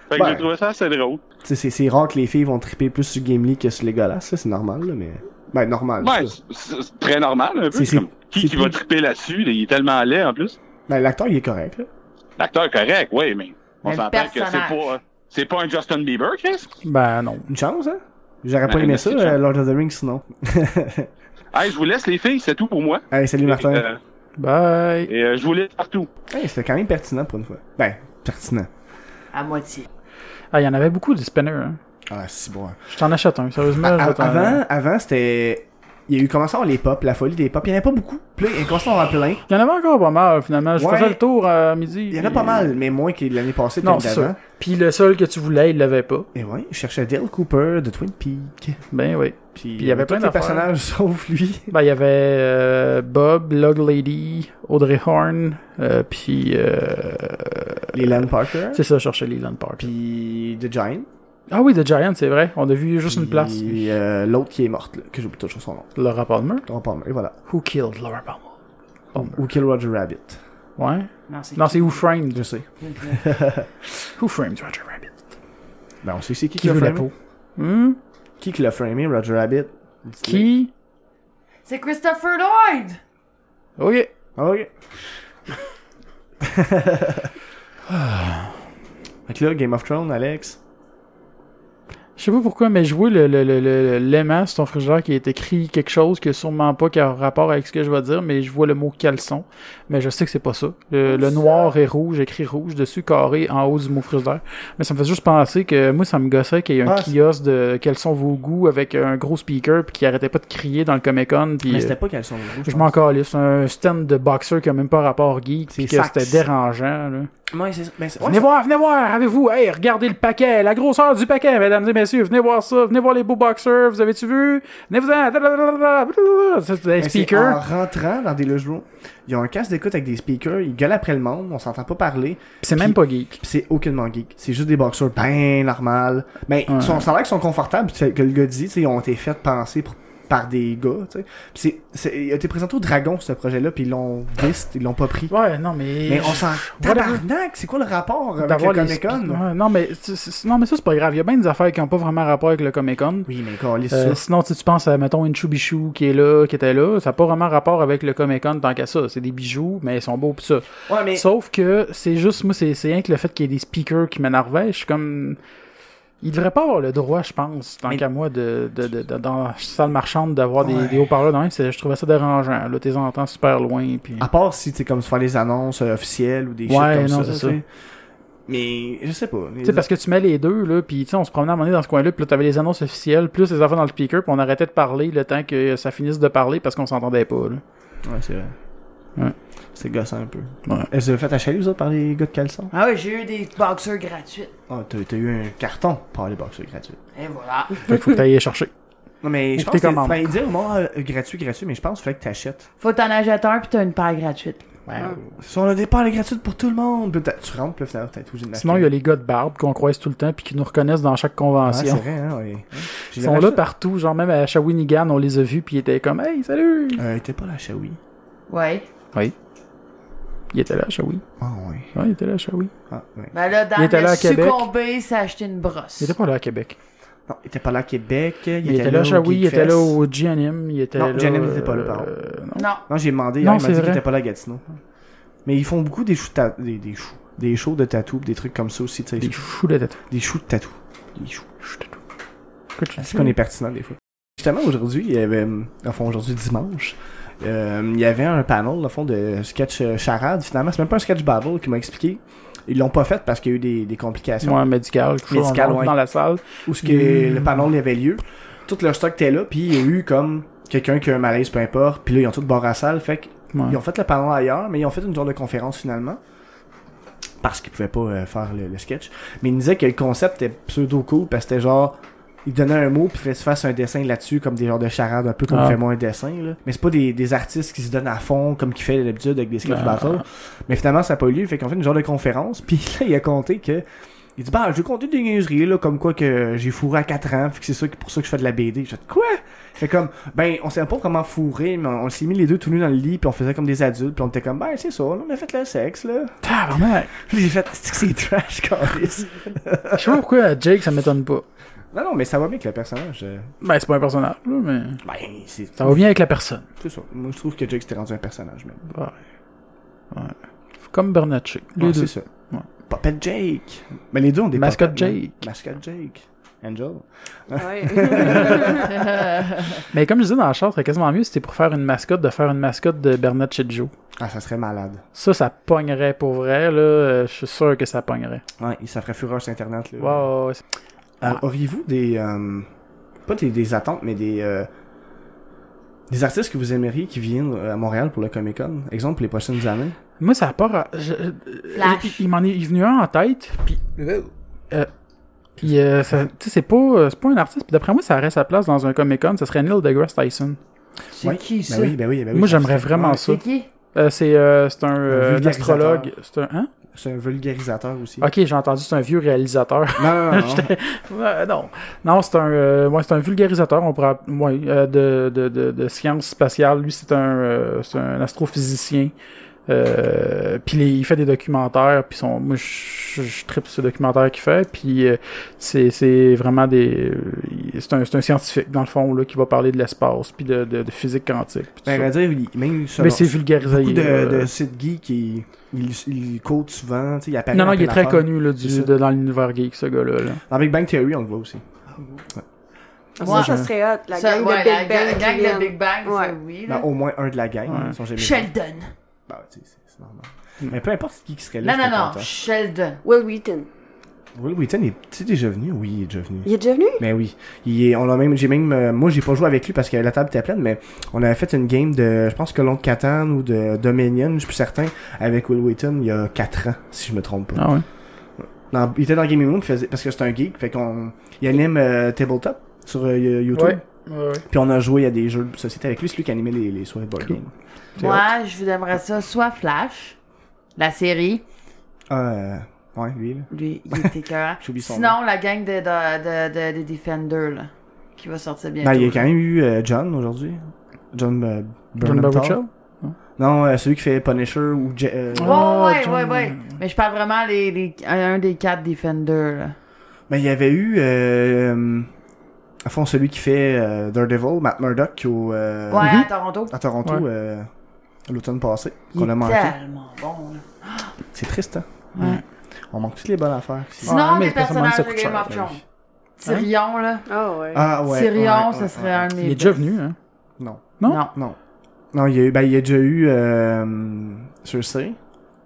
Fait que Ben. j'ai trouvé ça assez drôle. Tu sais, c'est- c'est rare que les filles vont triper plus sur Gimli que sur Legolas, ça, c'est normal, là, mais. Ben, normal. en Ouais, tout cas. c'est c'est très normal un peu. C'est- c'est- Comme, c'est qui qui va plus- triper là-dessus? là, Il est tellement laid en plus. Ben, l'acteur, il est correct, là. L'acteur est correct, oui, mais on Mais le s'entend que c'est personnage. pas, euh, c'est pas un Justin Bieber, Chris. Ben, non. Une chance, hein? J'aurais pas Ben, aimé une ça, petite euh, chance. Lord of the Rings, sinon. [LAUGHS] Hey, je vous laisse les filles, c'est tout pour moi. Allez, salut Et, Martin. euh, Bye. et, euh, je vous laisse partout. Hey, c'était quand même pertinent pour une fois. Ben, pertinent. À moitié. Ah, il y en avait beaucoup, des spinners. hein. Ah, c'est bon. hein. Je t'en achète un, sérieusement. À- je vais t'en- Ah, avant, avant c'était. Il y a eu commencé à avoir les pop, la folie des pop. Il y en avait pas beaucoup. Puis là, il y en a commencé à en avoir plein. Il y en avait encore pas mal, finalement. Je Ouais. faisais le tour à midi. Il y en a pas mal, mais moins que l'année passée, Non, non, c'est d'avant. ça. Puis le seul que tu voulais, il l'avait pas. Et ouais, je cherchais Dale Cooper de Twin Peaks. Ben oui. Puis il y avait tous plein les d'affaires. personnages [LAUGHS] sauf lui. Ben, il y avait euh, Bob, Log Lady, Audrey Horn, euh, puis euh, Leland Parker. c'est ça, je cherchais Leland Park. Puis The Giant. Ah oui, The Giant, c'est vrai. On a vu juste une Puis, place. euh, l'autre qui est morte, là, que j'oublie toujours son nom. Laura Palmer. Laura Palmer, et voilà. Who killed Laura Palmer? Palmer. Ou Kill Roger Rabbit. Ouais. Non, c'est Non, c'est Who Framed. Je sais. [LAUGHS] Who Framed Roger Rabbit? Ben, on sait c'est qui Qui l'a veut la framé. peau? Hmm? Qui qui l'a framé, Roger Rabbit? Qui? C'est Christopher Lloyd! Ok. Ah, [LAUGHS] Ok. Fait que là, Game of Thrones, Alex. Je sais pas pourquoi, mais je vois le, le, le, le- l'aimant sur ton frigidaire qui est écrit quelque chose qui a sûrement pas qui a rapport avec ce que je vais dire, mais je vois le mot caleçon. Mais je sais que c'est pas ça. Le, le noir et rouge, écrit rouge dessus, carré en haut du mot frigidaire. Mais ça me fait juste penser que moi, ça me gossait qu'il y ait un Ah, c'est- kiosque de caleçon vos goûts avec un gros speaker puis qui arrêtait pas de crier dans le Comic Con. Puis, Mais euh, c'était pas qu'elles sont rouges. je m'en calisse. C'est un stand de boxeur qui a même pas rapport geek C'est puis que Saks. c'était dérangeant. Là. Ouais, c'est ben, c'est- ouais, Venez voir, venez voir, avez-vous, hey, regardez le paquet, la grosseur du paquet, mesdames et messieurs, venez voir ça, venez voir les beaux boxers, vous avez-tu vu? Venez vous en, c'est- c'était ben, un c'est En speaker. rentrant dans des loges rouges, ils ont un casque d'écoute avec des speakers, ils gueulent après le monde, on s'entend pas parler, Pis C'est même pas geek. pis c'est aucunement geek. C'est juste des boxeurs ben normal. Ben, ils sont, ça a l'air qu'ils sont confortables, pis que le gars dit, tu sais, ils ont été faits penser pour- par des gars, tu sais. Pis c'est, c'est, il a été présenté au Dragon, ce projet-là, pis ils l'ont vist, ils l'ont pas pris. Ouais, non, mais. Mais on s'en. Whatever. Tabarnak, c'est quoi le rapport avec le D'avoir les Comic spe- Con? Ouais, non, mais, c'est- c'est- non, mais ça, c'est pas grave. Il y a bien des affaires qui ont pas vraiment rapport avec le Comic Con. Oui, mais quand les Euh, ça. sinon, tu sais, tu penses à, mettons, une Bichou qui est là, qui était là, ça n'a pas vraiment rapport avec le Comic Con tant qu'à ça. C'est des bijoux, mais ils sont beaux pis ça. Ouais, mais. Sauf que c'est juste, moi, c'est c'est rien que le fait qu'il y ait des speakers qui m'énervaient. Je suis comme. Il devrait pas avoir le droit, je pense, tant Mais- qu'à moi, de, de, de- de- dans la salle marchande, d'avoir des, Ouais. des haut-parleurs dans même. c'est- Je trouvais ça dérangeant. Là, t'es entends super loin. Puis... À part si, tu sais, comme se faire des annonces euh, officielles ou des choses Ouais, comme non, ça. c'est ça. tu sais. Mais je sais pas. Tu sais, parce que tu mets les deux, là, puis tu sais, on se promenait à un moment donné dans ce coin-là, puis là, t'avais les annonces officielles, plus les affaires dans le speaker, puis on arrêtait de parler le temps que ça finisse de parler parce qu'on s'entendait pas, là. Ouais, c'est vrai. Ouais. C'est gossant un peu. Ouais. Est-ce que vous faites achaler, vous autres, par les gars de caleçon? Ah ouais, j'ai eu des boxeurs gratuits. Ah, t'as t'as eu un carton par les boxeurs gratuits. Et voilà. Fait que faut que t'ailles les chercher. Non, mais Ou je tes pense que... commandes. Enfin, ils disent, moi, euh, gratuit, gratuit, mais je pense qu'il fallait que t'achètes. Faut t'en acheter un pis t'as une paire gratuite. Si on a des parts gratuites pour tout le monde, puis t'as- tu rentres, puis là, finalement, t'es obligé de l'acheter. Sinon, il y a les gars de barbe qu'on croise tout le temps, puis qui nous reconnaissent dans chaque Ouais, c'est convention. vrai, hein, ouais. Ouais. Ils Je les sont avais là achetés. partout, genre même à Shawinigan, on les a vus, puis ils étaient comme « Hey, salut! Euh, t'es pas là, Shawi. Ouais. » Ils étaient là à Shawi. Ah, ouais. Ouais, ils étaient là à Shawi. Ah, ouais. Ben là, Il Dan était allé a à Québec. succombé, s'est acheté une brosse. Ils étaient pas là à Québec. Non, il était pas là à Québec. Il, Il était là à là au Shawi, il était Geekfest. là au GNM, il était Non, là... GNM n'était pas là, pardon. euh, non. Non. Non, j'ai demandé, Non, hier, il c'est m'a dit qu'il vrai. était pas là à Gatineau. Mais ils font beaucoup des choux de ta- des, des choux. Des shows de tatou, des trucs comme ça aussi, tu sais. Des choux de tête. Des choux de tatou. Des choux. Écoute, je C'est qu'on est pertinent des fois. Justement, aujourd'hui, il y avait, enfin aujourd'hui dimanche, euh, il y avait un panel, au fond, de sketch euh, charade. Finalement, c'est même pas un sketch battle qui m'a expliqué. Ils l'ont pas fait parce qu'il y a eu des, des complications. Ouais, médical, quelque chose, Médical, on rentre ouais. dans la salle. Où ce que Mm. le panel il avait lieu. Tout leur stock était là, puis il y a eu comme quelqu'un qui a un malaise, peu importe. Puis là, ils ont tout barré la salle. Fait que Ouais. Ils ont fait le panneau ailleurs, mais ils ont fait une genre de conférence finalement. Parce qu'ils pouvaient pas euh, faire le, le sketch. Mais ils nous disaient que le concept était pseudo cool parce que c'était genre. Ils donnaient un mot puis faisaient se fasse un dessin là-dessus, comme des genres de charades, un peu comme Ah. fait moi un dessin. Là. Mais c'est pas des, des artistes qui se donnent à fond comme qu'ils fait d'habitude avec des sketch Ah. battles. Mais finalement, ça n'a pas eu lieu. Fait qu'on fait une genre de conférence. [LAUGHS] Puis là, il a compté que. Il dit, bah, je vais compter des niaiseries, là, comme quoi que j'ai fourré à 4 ans, fait que c'est ça que- pour ça que je fais de la BD. Je fais, quoi? Fait comme, ben, on savait pas comment fourrer, mais on, on s'est mis les deux tout nus dans le lit, puis on faisait comme des adultes, puis on était comme, ben, c'est ça, là, on a fait le sexe, là. [LAUGHS] Tabarnak! Puis j'ai fait, c'est que c'est trash, [LAUGHS] câlisse. Je sais pas pourquoi à Jake, ça m'étonne pas. Non, non, mais ça va bien avec le personnage. euh, Ben, c'est pas un personnage, là, mais... Ben, c'est Ça va bien avec la personne. c'est ça. Moi, je trouve que Jake s'était rendu un personnage, même. Ouais. Comme Bernatchez. Les Ouais, deux. c'est ça. Ouais. Papette Jake. Mais les deux ont des Mascotte papettes, non? Jake. Mascotte Jake. Angel. Ah Mais comme je disais dans la charte, c'est quasiment mieux si c'était pour faire une mascotte de faire une mascotte de Bernatchez Joe. Ah, ça serait malade. Ça, ça pognerait pour vrai, là. euh, Je suis sûr que ça pognerait. Ouais, ça ferait fureur sur Internet, là. Wow. Ah. Euh, Auriez-vous des. euh, pas des, des attentes, mais des. euh, des artistes que vous aimeriez qui viennent euh, à Montréal pour le Comic Con Exemple, pour les prochaines années Moi, ça a pas... ra- je- euh, Flash. Il, il m'en est, il est venu un en tête, puis... euh, il, euh, ça- tu sais, c'est pas, euh, c'est pas un artiste. Puis d'après moi, ça aurait sa place dans un Comic-Con. Ça serait Neil deGrasse Tyson. C'est Ouais. qui ça? Ben oui, ben oui, ben oui. moi, ça j'aimerais serait- vraiment ouais, ça. C'est qui? Euh, c'est euh, c'est un, euh, un vulgarisateur. astrologue. C'est un... Hein? C'est un vulgarisateur aussi. Ok, j'ai entendu, c'est un vieux réalisateur. Non, [LAUGHS] non, non, non. Ouais, non, non c'est un, euh, ouais, c'est un vulgarisateur on pourrait, app- ouais, euh, de, de, de, de sciences spatiales. Lui, c'est un, euh, c'est un astrophysicien. Euh, puis les- il fait des documentaires. Puis son, moi, je, je, je tripe ce documentaire qu'il fait. Puis euh, c'est, c'est vraiment des, euh, il- c'est un, c'est un scientifique dans le fond là qui va parler de l'espace, puis de, de, de physique quantique. puis tout Ben, ça. à dire, il- même selon- Mais c'est vulgarisé. beaucoup de, euh, de sites geeks, qui il, il code souvent, tu sais, il apparaît. non, non, en il est plein très affaire. connu là, C'est ça. du, de- dans l'univers geek, ce gars-là. là. Dans Big Bang Theory, on le voit aussi. Ça, ça serait hot. La Ça, gang ouais, de Big la gang Bang. qui de viennent. Big Bang, ça, Ouais. oui. Dans Là. au moins un de la gang, Ouais. ils sont jamais Sheldon. Ben, tu sais, c'est c'est normal. Mais peu importe qui qui serait là. Non, non, je serais non, content. Sheldon. Will Wheaton. Will Wheaton est-tu déjà venu? Oui, il est déjà venu. Il est déjà venu? Mais oui, il est- on l'a même, j'ai même, euh, moi j'ai pas joué avec lui parce que la table était pleine, mais on avait fait une game de, je pense que de Catan ou de Dominion, je suis plus certain, avec Will Wheaton il y a 4 ans, si je me trompe pas. Ah ouais. Dans- il était dans Gaming Room il faisait- parce que c'est un geek, fait qu'on, il anime euh, Tabletop sur euh, YouTube, Ouais. ouais, ouais. puis on a joué à des jeux de société avec lui, c'est lui qui animait les, les soirées de board Cool. game. C'est Moi, je vous aimerais ça soit Flash, la série. Euh, ouais, lui là. Lui, il [LAUGHS] était écœurant. J'oublie son Sinon, la gang de, de, de, de- des Defenders, là, qui va sortir Ben, il y bientôt. a quand même eu euh, John aujourd'hui. John euh, John Bernthal. Baruchel? Non, euh, celui qui fait Punisher ou Je- euh, Ouais, Ah, ouais, John- ouais, ouais. Mais je parle vraiment les, les- un un des quatre Defenders, là. Mais il y avait eu, euh, euh, à fond, celui qui fait euh, Daredevil, Matt Murdock, au, euh, Ouais, à Toronto. à Toronto, Ouais. euh, l'automne passé, Il qu'on a est manqué. tellement bon, là. C'est triste, hein? Ouais. On manque toutes les bonnes affaires. ici. Sinon, Ah, mais les personnellement, personnages ça de coûte Game cher, of ben Thrones. oui. Tyrion, là. Ah ouais. Ah ouais. Tyrion, ouais, ça ouais, serait ouais. un de mes Il est déjà best. venu, hein? Non. Non? Non. Non. Non, il y a, eu- ben, il y a déjà eu euh, Cersei.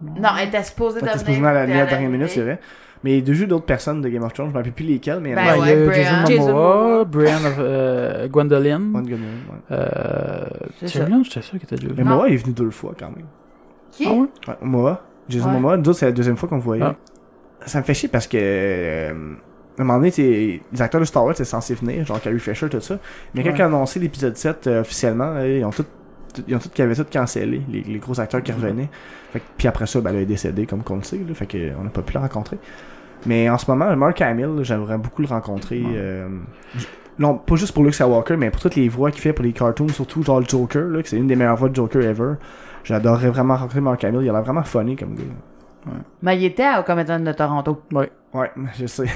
Non, elle était supposée Parce devenir. que c'est à la, puis la elle a dernière minute, c'est vrai. Mais il y a déjà eu d'autres personnes de Game of Thrones, je ne me rappelle plus lesquelles, mais il y en a Ben, Ben, ouais, il y a Brian. Jason Jason Momoa, Momoa. Brian euh, eu Gwendoline. Montgomery, ouais. Euh, C'est Tyrion, j'étais sûr qu'il était déjà Mais venu. Non. Moa, il est venu deux fois quand même. Qui? Ah ouais? [LAUGHS] Ouais, Moa. Jason Ouais. Momoa, nous autres, c'est la deuxième fois qu'on le voyait. Ah. Ça me fait chier parce que. euh, à un moment donné, t'sais, les acteurs de Star Wars étaient censés venir, genre Carrie Fisher, tout ça. Mais quand Ouais. ils ont annoncé l'épisode 7 euh, officiellement, euh, ils ont tout. tout- Ils ont tout, ils avaient tout cancellé, les, les gros acteurs qui revenaient. Fait que- puis après ça, ben, là, il est décédé, comme qu'on le sait, là, fait qu'on n'a pas pu le rencontrer. Mais en ce moment, Mark Hamill, là, j'aimerais beaucoup le rencontrer. euh, j- non, pas juste pour Luke Skywalker, mais pour toutes les voix qu'il fait pour les cartoons, surtout genre le Joker, là, que c'est une des meilleures voix de Joker ever. J'adorerais vraiment rencontrer Mark Hamill, il a l'air vraiment funny comme gars. Mais il était à Comédien de Toronto. Ouais, [LAUGHS] je sais.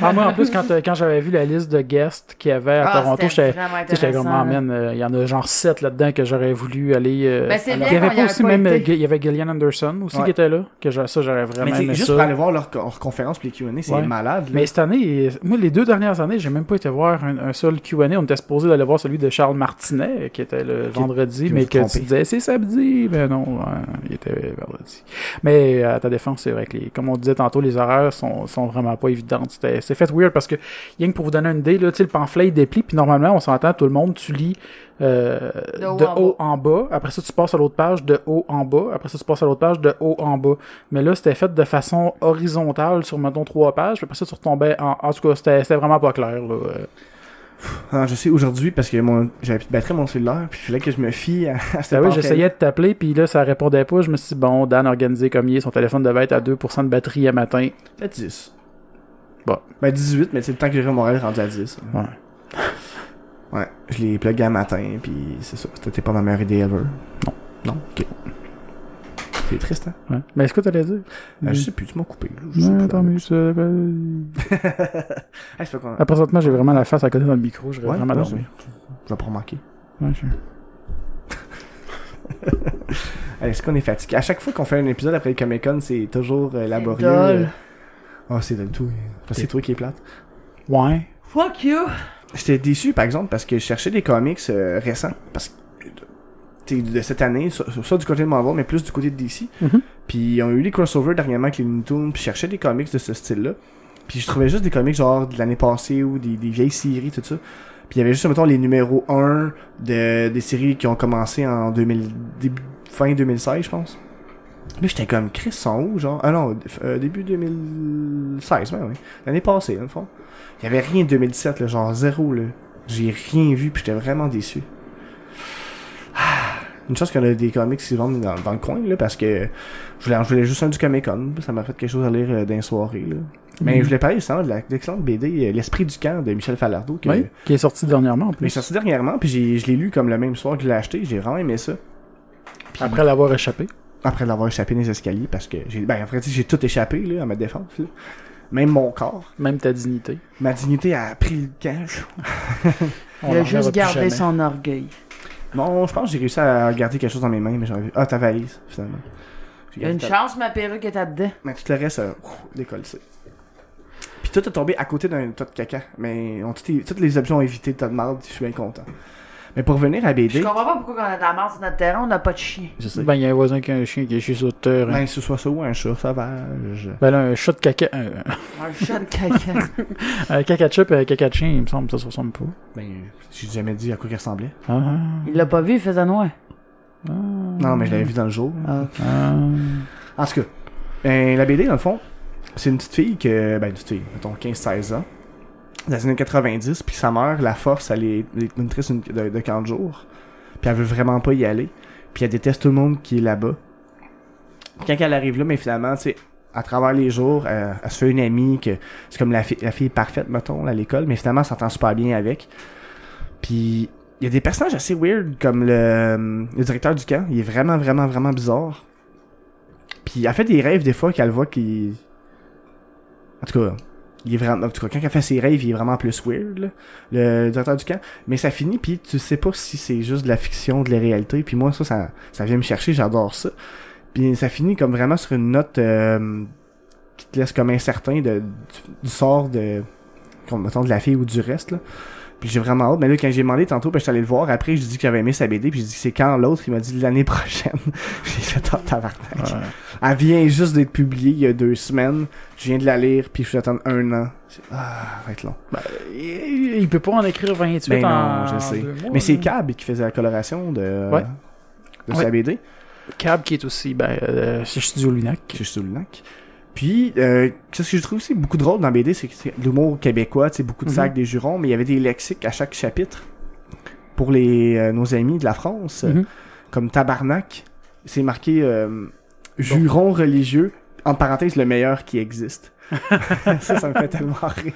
Ah, moi, en plus, quand, euh, quand j'avais vu la liste de guests qu'il y avait à Ah, Toronto, c'était j'étais vraiment tu sais, j'étais comme, intéressant, Ah, man, euh, il y en a genre 7 là-dedans que j'aurais voulu aller. euh, Ben, c'est bien alors- il y qu'on avait y pas a aussi pas même. euh, été. Gu- Il y avait Gillian Anderson aussi Ouais. qui était là. Que j'a- ça, j'aurais vraiment Mais t'sais, aimé juste ça. pour aller voir leur, leur conférence puis les Q&A, c'est Ouais. malade. là. Mais cette année, euh, moi, les deux dernières années, j'ai même pas été voir un, un seul Q&A. On était supposé d'aller voir celui de Charles Martinet, euh, qui était le Qui- vendredi, qui mais vous que trompez. tu disais, c'est samedi. Mais non, hein, il était vendredi. Mais euh, à ta défense, c'est vrai que, les, comme on disait tantôt, les horaires sont, sont vraiment pas évidentes. C'était- C'est fait weird parce que, rien que pour vous donner une idée, là, tu sais, le pamphlet, il déplie, puis normalement, on s'entend, tout le monde, tu lis euh, de De haut haut, en en bas. Après ça, tu passes à l'autre page de haut en bas. Après ça, tu passes à l'autre page de haut en bas. Mais là, c'était fait de façon horizontale sur, mettons, trois pages. Puis Après ça, tu retombais en... En tout cas, c'était c'était vraiment pas clair, là. Euh, Ah, je sais aujourd'hui parce que mon- j'avais plus de batterie à mon cellulaire puis il fallait que je me fie à, à cette ah oui, pamphlet-là. j'essayais de t'appeler, puis là, ça répondait pas. Je me suis dit, bon, Dan, organisé comme il est, son téléphone devait être à 2% de batterie à matin. Peut-être 10. Bon. Ben 18, mais c'est le temps que j'aurai mon rêve rendu à 10. Ouais. Ouais, je l'ai plugué à matin puis c'est ça. C'était pas ma meilleure idée ever. Non. Non, ok. C'est triste, hein? Ouais. Mais est-ce que t'allais dire? Ah, je sais plus, tu m'as coupé. là, Je sais Non, plus. tant mieux. ça va. Ah, ça fait qu'on- Ah, Présentement, j'ai vraiment la face à côté dans le micro. Je vais Ouais, vraiment ouais, dormir. Je vais pas remarquer. Ouais, je- Ah, Est-ce qu'on est fatigué? À chaque fois qu'on fait un épisode après le Comic Con, c'est toujours euh, laborieux. dole. Oh, c'est le tout. Parce que C'est toi qui est plate. Ouais. Fuck you! J'étais déçu, par exemple, parce que je cherchais des comics euh, récents. Parce que, euh, tu sais, de cette année, so- so- soit du côté de Marvel, mais plus du côté de DC. Mhm. Puis, ils ont eu les crossovers dernièrement avec les Looney Tunes, puis je cherchais des comics de ce style-là. Puis, je trouvais juste des comics genre de l'année passée ou des, des vieilles séries, tout ça. Puis, il y avait juste, mettons, les numéros 1 de, des séries qui ont commencé en 2000, début- fin 2016, je pense. Puis j'étais comme, Chris, ils sont où, genre? Ah non, euh, début 2016, ouais, ouais. ben L'année passée, dans le fond. Il y avait rien de 2017, là, genre zéro, là. J'ai rien vu, puis j'étais vraiment déçu. Ah, Une chance qu'on a des comics qui se vendent dans, dans le coin, là, parce que je voulais, je voulais juste un du Comic Con, ça m'a fait quelque chose à lire euh, d'un soirée, là. Mais Mhm. je voulais parler justement de la- de l'excellente BD euh, L'Esprit du camp de Michel Falardeau, que Oui, qui est sorti dernièrement, en mais plus. sorti dernièrement, puis j'ai- je l'ai lu comme le même soir que je l'ai acheté, j'ai vraiment aimé ça. Après l'avoir échappé. après l'avoir échappé dans les escaliers parce que j'ai ben en vrai tu sais, j'ai tout échappé là à ma défense là. même mon corps Même ta dignité. ma dignité a pris le camp On Il la a reverra juste plus gardé jamais. son orgueil. bon je pense que j'ai réussi à garder quelque chose dans mes mains mais j'avais ah ta valise finalement J'ai Il y a gardé une ta- chance, ma perruque est là-dedans. mais tout le reste euh, ouf, décolle ça puis tout est tombé à côté d'un tas de caca mais on, tout est- toutes les options ont évité le tas de marde je suis bien content mais pour revenir à Je BD comprends pas pourquoi quand on est dans la merde sur notre terrain, on n'a pas de chien. je sais Ben, il y a un voisin qui a un chien qui est chez sur le terrain. ben ce soit ça ou un chat sauvage Ben là, un chat de caca. Un, Un chat de caca. un caca de chip et un caca de chien, il me semble, ça se ressemble pas. ben j'ai jamais dit à quoi il ressemblait Ah, [LAUGHS] Il l'a pas vu, il faisait noir. non mais je l'avais vu dans le jour ah. En tout cas, ben, la BD, dans le fond, c'est une petite fille que, ben, une petite fille, mettons 15-16 ans, dans les années 90, puis sa mère la force à aller être monitrice une- de, de camp de jour, puis elle veut vraiment pas y aller, puis elle déteste tout le monde qui est là-bas. Quand elle arrive là, mais finalement, tu sais, à travers les jours, elle, elle se fait une amie que c'est comme la, fi- la fille parfaite, mettons, là, à l'école, mais finalement, elle s'entend super bien avec. Puis, il y a des personnages assez weird, comme le, le directeur du camp, il est vraiment, vraiment, vraiment bizarre. Puis elle fait des rêves des fois qu'elle voit qu'il. En tout cas, il est vraiment. En tout cas, quand elle fait ses rêves, il est vraiment plus weird, là, le directeur du camp. Mais ça finit, puis tu sais pas si c'est juste de la fiction, de la réalité. Puis moi, ça, ça, ça vient me chercher, j'adore ça. Puis ça finit comme vraiment sur une note euh, qui te laisse comme incertain de, du, du sort de. contre, mettons, de la fille ou du reste, là. Puis j'ai vraiment hâte. Mais là, quand j'ai demandé tantôt, puis je suis allé le voir, après, je dis que j'avais aimé sa BD, puis j'ai dit que c'est quand l'autre, il m'a dit l'année prochaine. [LAUGHS] j'ai fait en tabarnak. Elle vient juste d'être publiée il y a deux semaines. Je viens de la lire, puis je vais attendre un an. C'est- Ah, ça va être long. Il, il peut pas en écrire 28 Ben en. non, je sais. deux mois, Mais c'est là. Cab qui faisait la coloration de, Ouais. de sa Ouais. BD. Cab qui est aussi, ben, euh, c'est Studio Lunac. que je souligne. Puis, euh, ce que je trouve aussi beaucoup drôle dans BD, c'est que c'est l'humour québécois, tu sais, beaucoup de Mhm. sacs, des jurons, mais il y avait des lexiques à chaque chapitre pour les euh, nos amis de la France, euh, Mhm. comme tabarnak. C'est marqué euh, juron religieux, en parenthèse, le meilleur qui existe. [LAUGHS] ça, ça me fait tellement [LAUGHS] rire.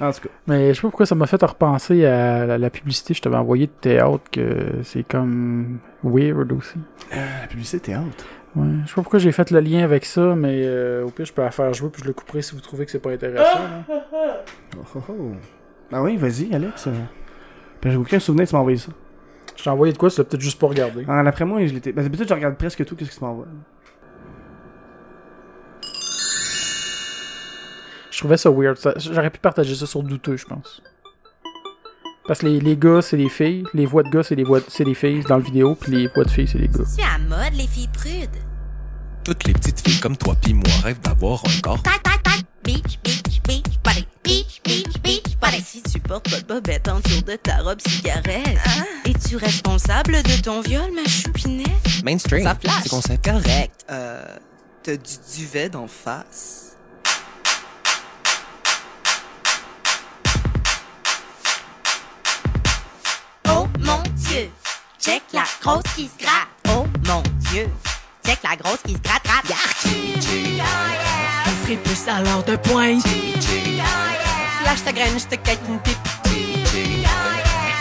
en tout cas, Mais je sais pas pourquoi ça m'a fait repenser à la, la publicité que je t'avais envoyée de théâtre, que c'est comme weird aussi. Euh, la publicité haute. Ouais, je sais pas pourquoi j'ai fait le lien avec ça, mais euh, au pire, je peux la faire jouer puis je le couperai si vous trouvez que c'est pas intéressant. là. Oh, oh, oh. Ah oui, vas-y, Alex. Euh, J'ai aucun souvenir que tu m'as envoyé ça. Je t'ai envoyé de quoi, tu l'as peut-être juste pas regardé. Ah, D'après moi, je l'étais. ben, D'habitude, je regarde presque tout ce que tu m'envoies. Je trouvais ça weird. ça- J'aurais pu partager ça sur douteux, je pense. Parce que les, les gars, c'est les filles. Les voix de gars, c'est les voix c'est les filles dans le vidéo, puis les voix de filles, c'est les gars. Tu es à mode, les filles prudes. Toutes les petites filles comme toi pis moi rêvent d'avoir un corps. Ta, ta, ta. Beach, beach, beach, body. Beach, beach, beach, body. Si tu portes pas de bobette autour de ta robe cigarette, Ah. es-tu responsable de ton viol, ma choupinette? Mainstream. Ça flash. C'est concept. Correct. Euh, t'as du duvet d'en face. Oh mon dieu, check la grosse qui se gratte. Oh mon dieu, check la grosse qui se gratte, gratte, gratte. Prépuce à l'heure de pointe. Flash ta graine, je te quête une pipe.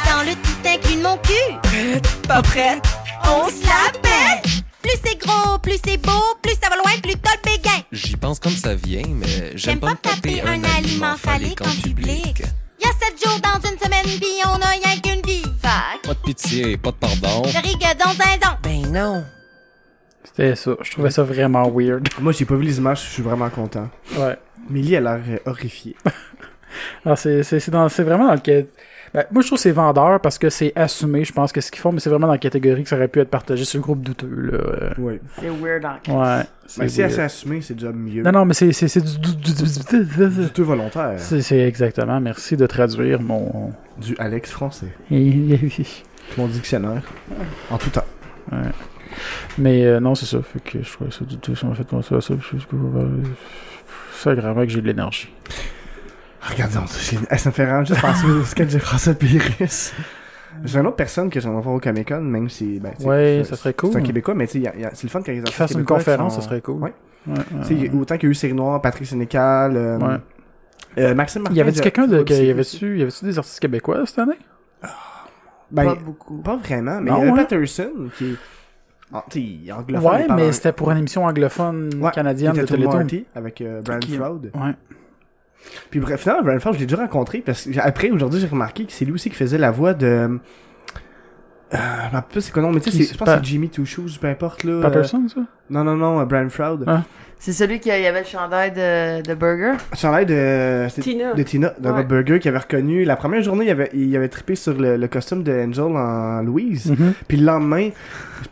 Dans le tout inclus de mon cul, Pas prête? on se la pète. Plus c'est gros, plus c'est beau, plus ça va loin, plus t'as le béguin. J'y pense comme ça vient, mais j'aime pas me taper un aliment phallique en public. Y a sept jours dans une semaine, pis on a rien qu'une vie. Fuck. Pas de pitié, pas de pardon. Je rigue dans un don. Ben non. C'était ça. Je trouvais ça vraiment weird. Moi, j'ai pas vu les images, je suis vraiment content. Ouais. Millie elle a l'air euh, [LAUGHS] horrifiée. Alors, c'est, c'est, c'est, dans- c'est vraiment dans le. ca- Ben, moi, je trouve que c'est vendeur parce que c'est assumé, je pense, que ce qu'ils font, mais c'est vraiment dans la catégorie que ça aurait pu être partagé sur le groupe douteux, là. euh. Oui. C'est weird hein. en crise. Ouais. Mais Ben, si weird. elle s'est assumée, c'est déjà mieux. Non, non, mais c'est, c'est, c'est du, du- du- du- du- Du tout volontaire. C'est, c'est exactement. Merci de traduire mon. [LAUGHS] Du Alex français. Mais Mon dictionnaire. En tout temps. euh, non, c'est ça. Fait que je trouvais ça du tout. Ça m'a fait penser à ça. puis je sais pas, euh, C'est agréable que j'ai de l'énergie. Regardez, on se chine. Eh, ça me fait rire juste penser au sketch de François Pérus. J'ai une autre personne que j'aimerais voir au Comic Con, même si. Ben, tu sais, Ouais, c'est- ça serait C'est un cool. Québécois, mais tu sais, il y a- il y a- c'est le fun quand les artistes fasse une québécois conférence, sont- ça serait cool. Ouais. Ouais, ouais, Tu sais, il y a- ouais. autant qu'il y a eu Série Noire, Patrick Sénécal, euh, Ouais. euh, Maxime Martin. Il y avait-tu de- quelqu'un de. de- que- Y avait-tu y avait-tu des artistes québécois cette année Ben, Pas beaucoup. Pas vraiment, mais Non, il y avait ouais. Patterson qui est. Ah, tu sais, il est anglophone. il Ouais, parle mais en- c'était pour une émission anglophone Ouais, canadienne qui de était Tom Téléthon. Hardy avec euh, Brian Qui- Froud. Ouais. Puis bref, finalement, Brian Froud, je l'ai déjà rencontré parce que j'ai- après, aujourd'hui, j'ai remarqué que c'est lui aussi qui faisait la voix de. Euh, je me rappelle plus c'est quoi non, mais tu sais, Qui, c'est- c'est je pense que pas- c'est Jimmy Two Shoes, peu importe là. euh, Patterson, ça non, non, non, euh, Brian Froud. Ah. C'est celui qui a- il y avait le chandail de, de Burger. Sur l'air de. c'était- Tina. De Tina, de Ouais. Rob Burger, qui avait reconnu. La première journée, il avait, il avait trippé sur le, le costume de Angel en Louise. Mhm. Puis le lendemain,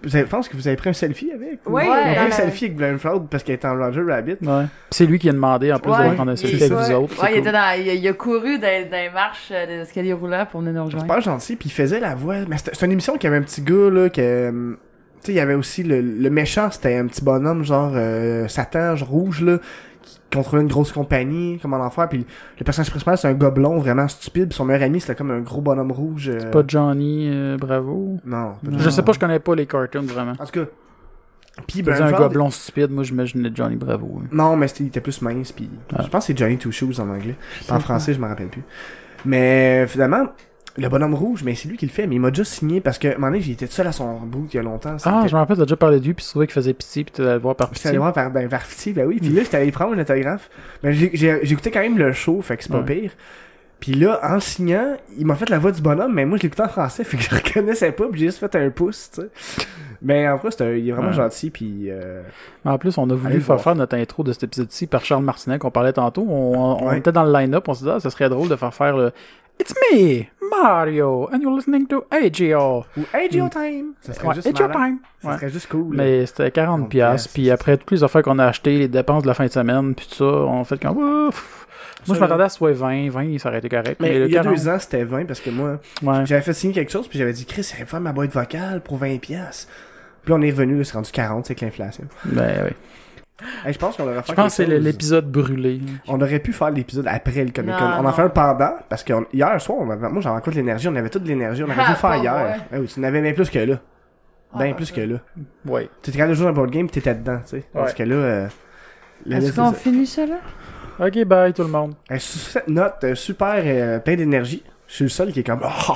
je pense que vous avez pris un selfie avec. ou- Ouais, Ils ont pris dans un la- selfie avec Brian Froud parce qu'il était en Roger Rabbit. Ouais. Puis C'est lui qui a demandé en plus Ouais, de prendre un il- selfie avec c'est vous ça. autres. c'est Ouais, il, cool. était dans, il, a- il a couru dans, dans les marches euh, des escaliers roulants pour venir nous C'est rejoindre. pas gentil, puis il faisait la voix. Mais c'était- c'est une émission qui avait un petit gars, là, que. euh, Tu sais, il y avait aussi le, le méchant, c'était un petit bonhomme, genre euh, Satan, genre rouge, là, qui contrôlait une grosse compagnie, comment l'en faire. Puis le personnage principal, c'est un gobelon vraiment stupide, puis son meilleur ami, c'était comme un gros bonhomme rouge. euh, Pas Johnny euh, Bravo. Non, pas Je sais pas, je connais pas les cartoons vraiment. En tout cas. Puis T'as dit un Burn Ford- gobelon stupide, moi j'imaginais Johnny Bravo. hein. Non, mais c'était- il était plus mince, puis Ah. je pense que c'est Johnny Two Shoes en anglais. Puis en français, je m'en rappelle plus. Mais finalement, le bonhomme rouge, mais c'est lui qui le fait, mais il m'a déjà signé parce que, à un moment donné, j'étais tout seul à son bout il y a longtemps. Ah, C'était- je me rappelle, t'as déjà parlé de lui, puis tu trouvais qu'il faisait pitié, puis t'es allé le voir par J'étais pitié. allé voir par, ben, par pitié, ben oui. Puis là, j'étais allé prendre un autographe. Mais j'ai- j'ai- j'écoutais quand même le show, fait que c'est pas Ouais. pire. Puis là, en signant, il m'a fait la voix du bonhomme, mais moi, je l'écoutais en français, [LAUGHS] fait que je reconnaissais pas, puis j'ai juste fait un pouce, tu sais. Mais en vrai, c'est un- il est vraiment Ouais. gentil, puis... euh, En plus, on a voulu Allez faire voir. faire notre intro de cet épisode-ci par Charles Martinet qu'on parlait tantôt. On, on- on Ouais. était dans le line-up, on se disait, ah, ça serait drôle de faire faire le It's me, Mario, and you're listening to AGO. Ou Hey, Geo Time! Ça serait Mm. Ouais, juste It's your malade. time. Ça Ouais. serait juste cool. euh, Mais c'était 40 pièces piastres, puis après toutes les affaires qu'on a achetées, les dépenses de la fin de semaine, puis tout ça, on fait comme ouf. Moi, je Ça, m'attendais à ce soit 20, 20, ça aurait été correct. Mais le il y a 40, deux ans, c'était 20, parce que moi, ouais. j'avais fait signer quelque chose, puis j'avais dit, Chris, irait faire ma boîte vocale pour 20 piastres. Puis là, on est revenu, là, c'est rendu 40, c'est avec l'inflation. Ben, ouais. Hey, je pense qu'on aurait fait Je pense que c'est quelque le- chose. l'épisode brûlé. On aurait pu faire l'épisode après le Comic Con. Non, on non. en fait un pendant, parce que hier soir, on avait- moi j'avais encore de l'énergie, on avait toute de l'énergie, [LAUGHS] on aurait dû le faire Ah, hier. ouais. Ah oui, tu en avais bien plus que là. Bien Ah, plus que là. Ouais. Tu étais capable de jouer un board game pis t'étais dedans, tu sais. Parce que là. euh, là, là, Est-ce qu'on c'est- finit ça là? Ok, bye tout le monde. Euh, sur cette note euh, super euh, plein d'énergie, je suis le seul qui est comme. ah!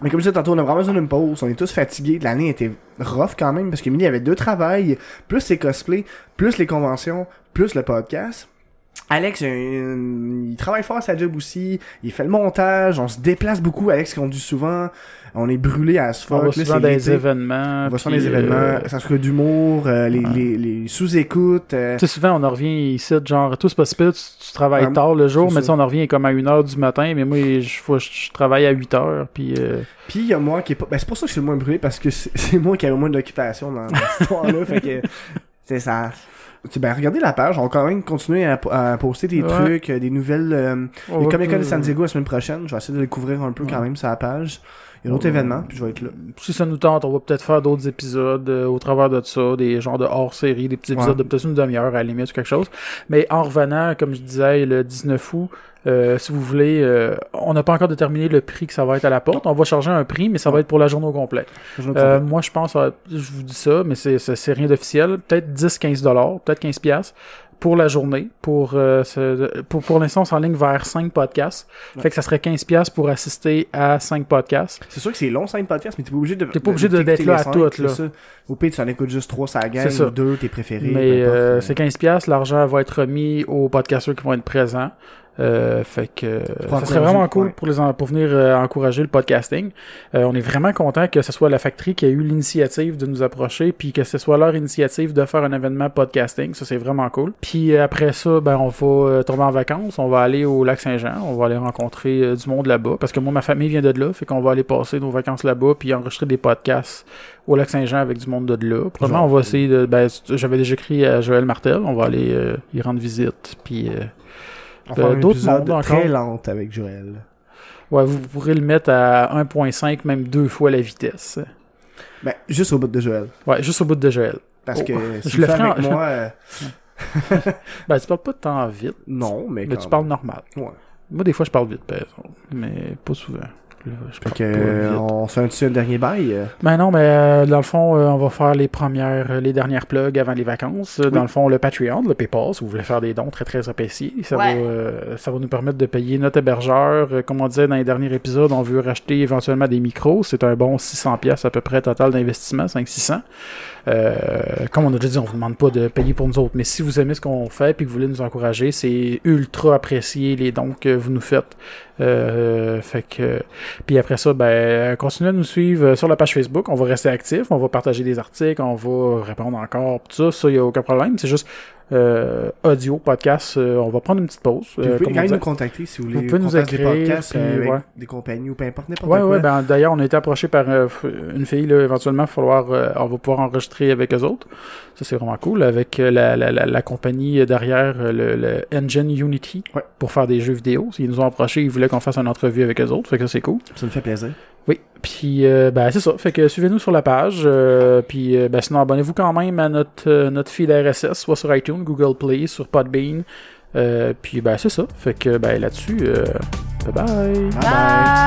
Mais comme je disais tantôt, on a vraiment besoin d'une pause. On est tous fatigués. L'année était rough quand même parce que Milly avait deux travails, plus ses cosplays, plus les conventions, plus le podcast. Alex, il a une- il travaille fort à sa job aussi. Il fait le montage. On se déplace beaucoup. Alex conduit souvent. On est brûlé à ce On va souvent dans les événements. On va souvent dans puis, les événements. euh, Ça se fait d'humour, euh, les, les, les sous-écoutes. euh, Tu sais, souvent, on en revient ici, genre, tout c'est possible, tu, tu travailles Ouais, tard le jour, c'est mais tu ça. sais, on en revient comme à 1h du matin, mais moi, je, faut- je, je travaille à 8h, puis... euh, Puis il y a moi qui est pas. Ben, c'est pour ça que je suis le moins brûlé parce que c'est [LAUGHS] c'est moi qui ai le moins d'occupation dans [LAUGHS] cette histoire-là. fait que. C'est ça. Tu sais, ben, regardez la page. On va quand même continuer à, à poster des Ouais. trucs, euh, des nouvelles. euh, on les va- Comic Con de San Diego la semaine prochaine. Je vais essayer de le couvrir un peu quand même sur la page. Il y a d'autres Ouais. événements, puis je vais être là. Si ça nous tente, on va peut-être faire d'autres épisodes euh, au travers de ça, des genres de hors-série, des petits Ouais. épisodes de peut-être une demi-heure à la limite ou quelque chose. Mais en revenant, comme je disais, le 19 août, euh, si vous voulez, euh, on n'a pas encore déterminé le prix que ça va être à la porte. On va charger un prix, mais ça va être pour la journée au complet. Je vais Euh, le moi, je pense, euh, je vous dis ça, mais c'est- c'est c'est rien d'officiel. Peut-être 10-15 dollars, peut-être 15 piastres pour la journée. Pour, euh, ce- pour, pour l'instant, on s'enligne vers 5 podcasts. Fait que ça serait 15 piastres pour assister à 5 podcasts. C'est sûr que c'est long, 5 podcasts, mais t'es pas obligé de. T'es pas obligé de- d'écouter d'être là les à cinq, toutes, c'est là. ça. Au pire, tu en écoutes juste 3 ça gagne, C'est ça. ou 2 tes préférés. mais peu importe. euh, c'est 15 piastres. L'argent va être remis aux podcasteurs qui vont être présents. Euh, fait que euh, Pour ça serait encourager, vraiment cool ouais. pour les en- pour venir euh, encourager le podcasting. Euh, on est vraiment content que ce soit la factory qui a eu l'initiative de nous approcher puis que ce soit leur initiative de faire un événement podcasting, ça c'est vraiment cool. Puis euh, après ça ben on va euh, tomber en vacances, on va aller au lac Saint-Jean, on va aller rencontrer euh, du monde là-bas parce que moi ma famille vient de là, fait qu'on va aller passer nos vacances là-bas puis enregistrer des podcasts au lac Saint-Jean avec du monde de là. Probablement on va essayer de ben c- j'avais déjà écrit à Joël Martel, on va aller euh, y rendre visite puis euh, On va faire un d'autres épisode mondes très encore. lente avec Joël. ouais, vous pourrez le mettre à 1.5 même deux fois la vitesse. Ben, juste au bout de Joël. Ouais, juste au bout de Joël. Parce Oh, que si je tu le le fais ferai en- [LAUGHS] avec moi, euh, Ben, tu parles pas de temps vite, non, mais. mais quand tu parles normal. même. Ouais. Moi, des fois, je parle vite, par exemple, mais pas souvent. Là, je Fait parle que, pas euh, vite. on fait un petit un dernier bail. euh. Ben non, mais euh, dans le fond, euh, on va faire les premières, euh, les dernières plugs avant les vacances. Euh, Dans le fond, le Patreon, le PayPal, si vous voulez faire des dons très très appréciés, ça, Ouais. va, euh, ça va nous permettre de payer notre hébergeur. Euh, comme on disait dans les derniers épisodes, on veut racheter éventuellement des micros. C'est un bon 600 pièces à peu près total d'investissement, 500-600. Euh, comme on a déjà dit, on vous demande pas de payer pour nous autres, mais si vous aimez ce qu'on fait puis que vous voulez nous encourager, c'est ultra apprécié les dons que vous nous faites. Euh, fait que puis après ça, ben continuez à nous suivre euh, sur la page Facebook. On va rester actif, on va partager des articles, on va répondre encore, pis tout ça, ça y a aucun problème. C'est juste euh, audio podcast. euh, on va prendre une petite pause. Puis euh, vous pouvez comme on quand même nous disait. contacter si vous Vous voulez pouvez qu'on nous fasse écrire, des podcasts puis, euh, avec ouais. des compagnies ou peu importe n'importe Ouais, quoi. ouais, ben, d'ailleurs, on a été approché par euh, f- une fille, là, éventuellement, falloir, euh, on va pouvoir enregistrer avec eux autres. Ça, c'est vraiment cool, avec euh, la, la, la, la compagnie derrière euh, le, le Engine Unity Ouais. pour faire des jeux vidéo. Ils nous ont approché, ils voulaient qu'on fasse une entrevue avec eux autres, fait que ça, c'est cool. Ça me fait plaisir. Oui, puis euh, ben, c'est ça. Fait que suivez-nous sur la page. euh, puis euh, ben, sinon, abonnez-vous quand même à notre, euh, notre feed RSS, soit sur iTunes, Google Play, sur Podbean. Euh, puis ben, c'est ça. Fait que ben, là-dessus, euh, bye bye. Ah, Bye bye.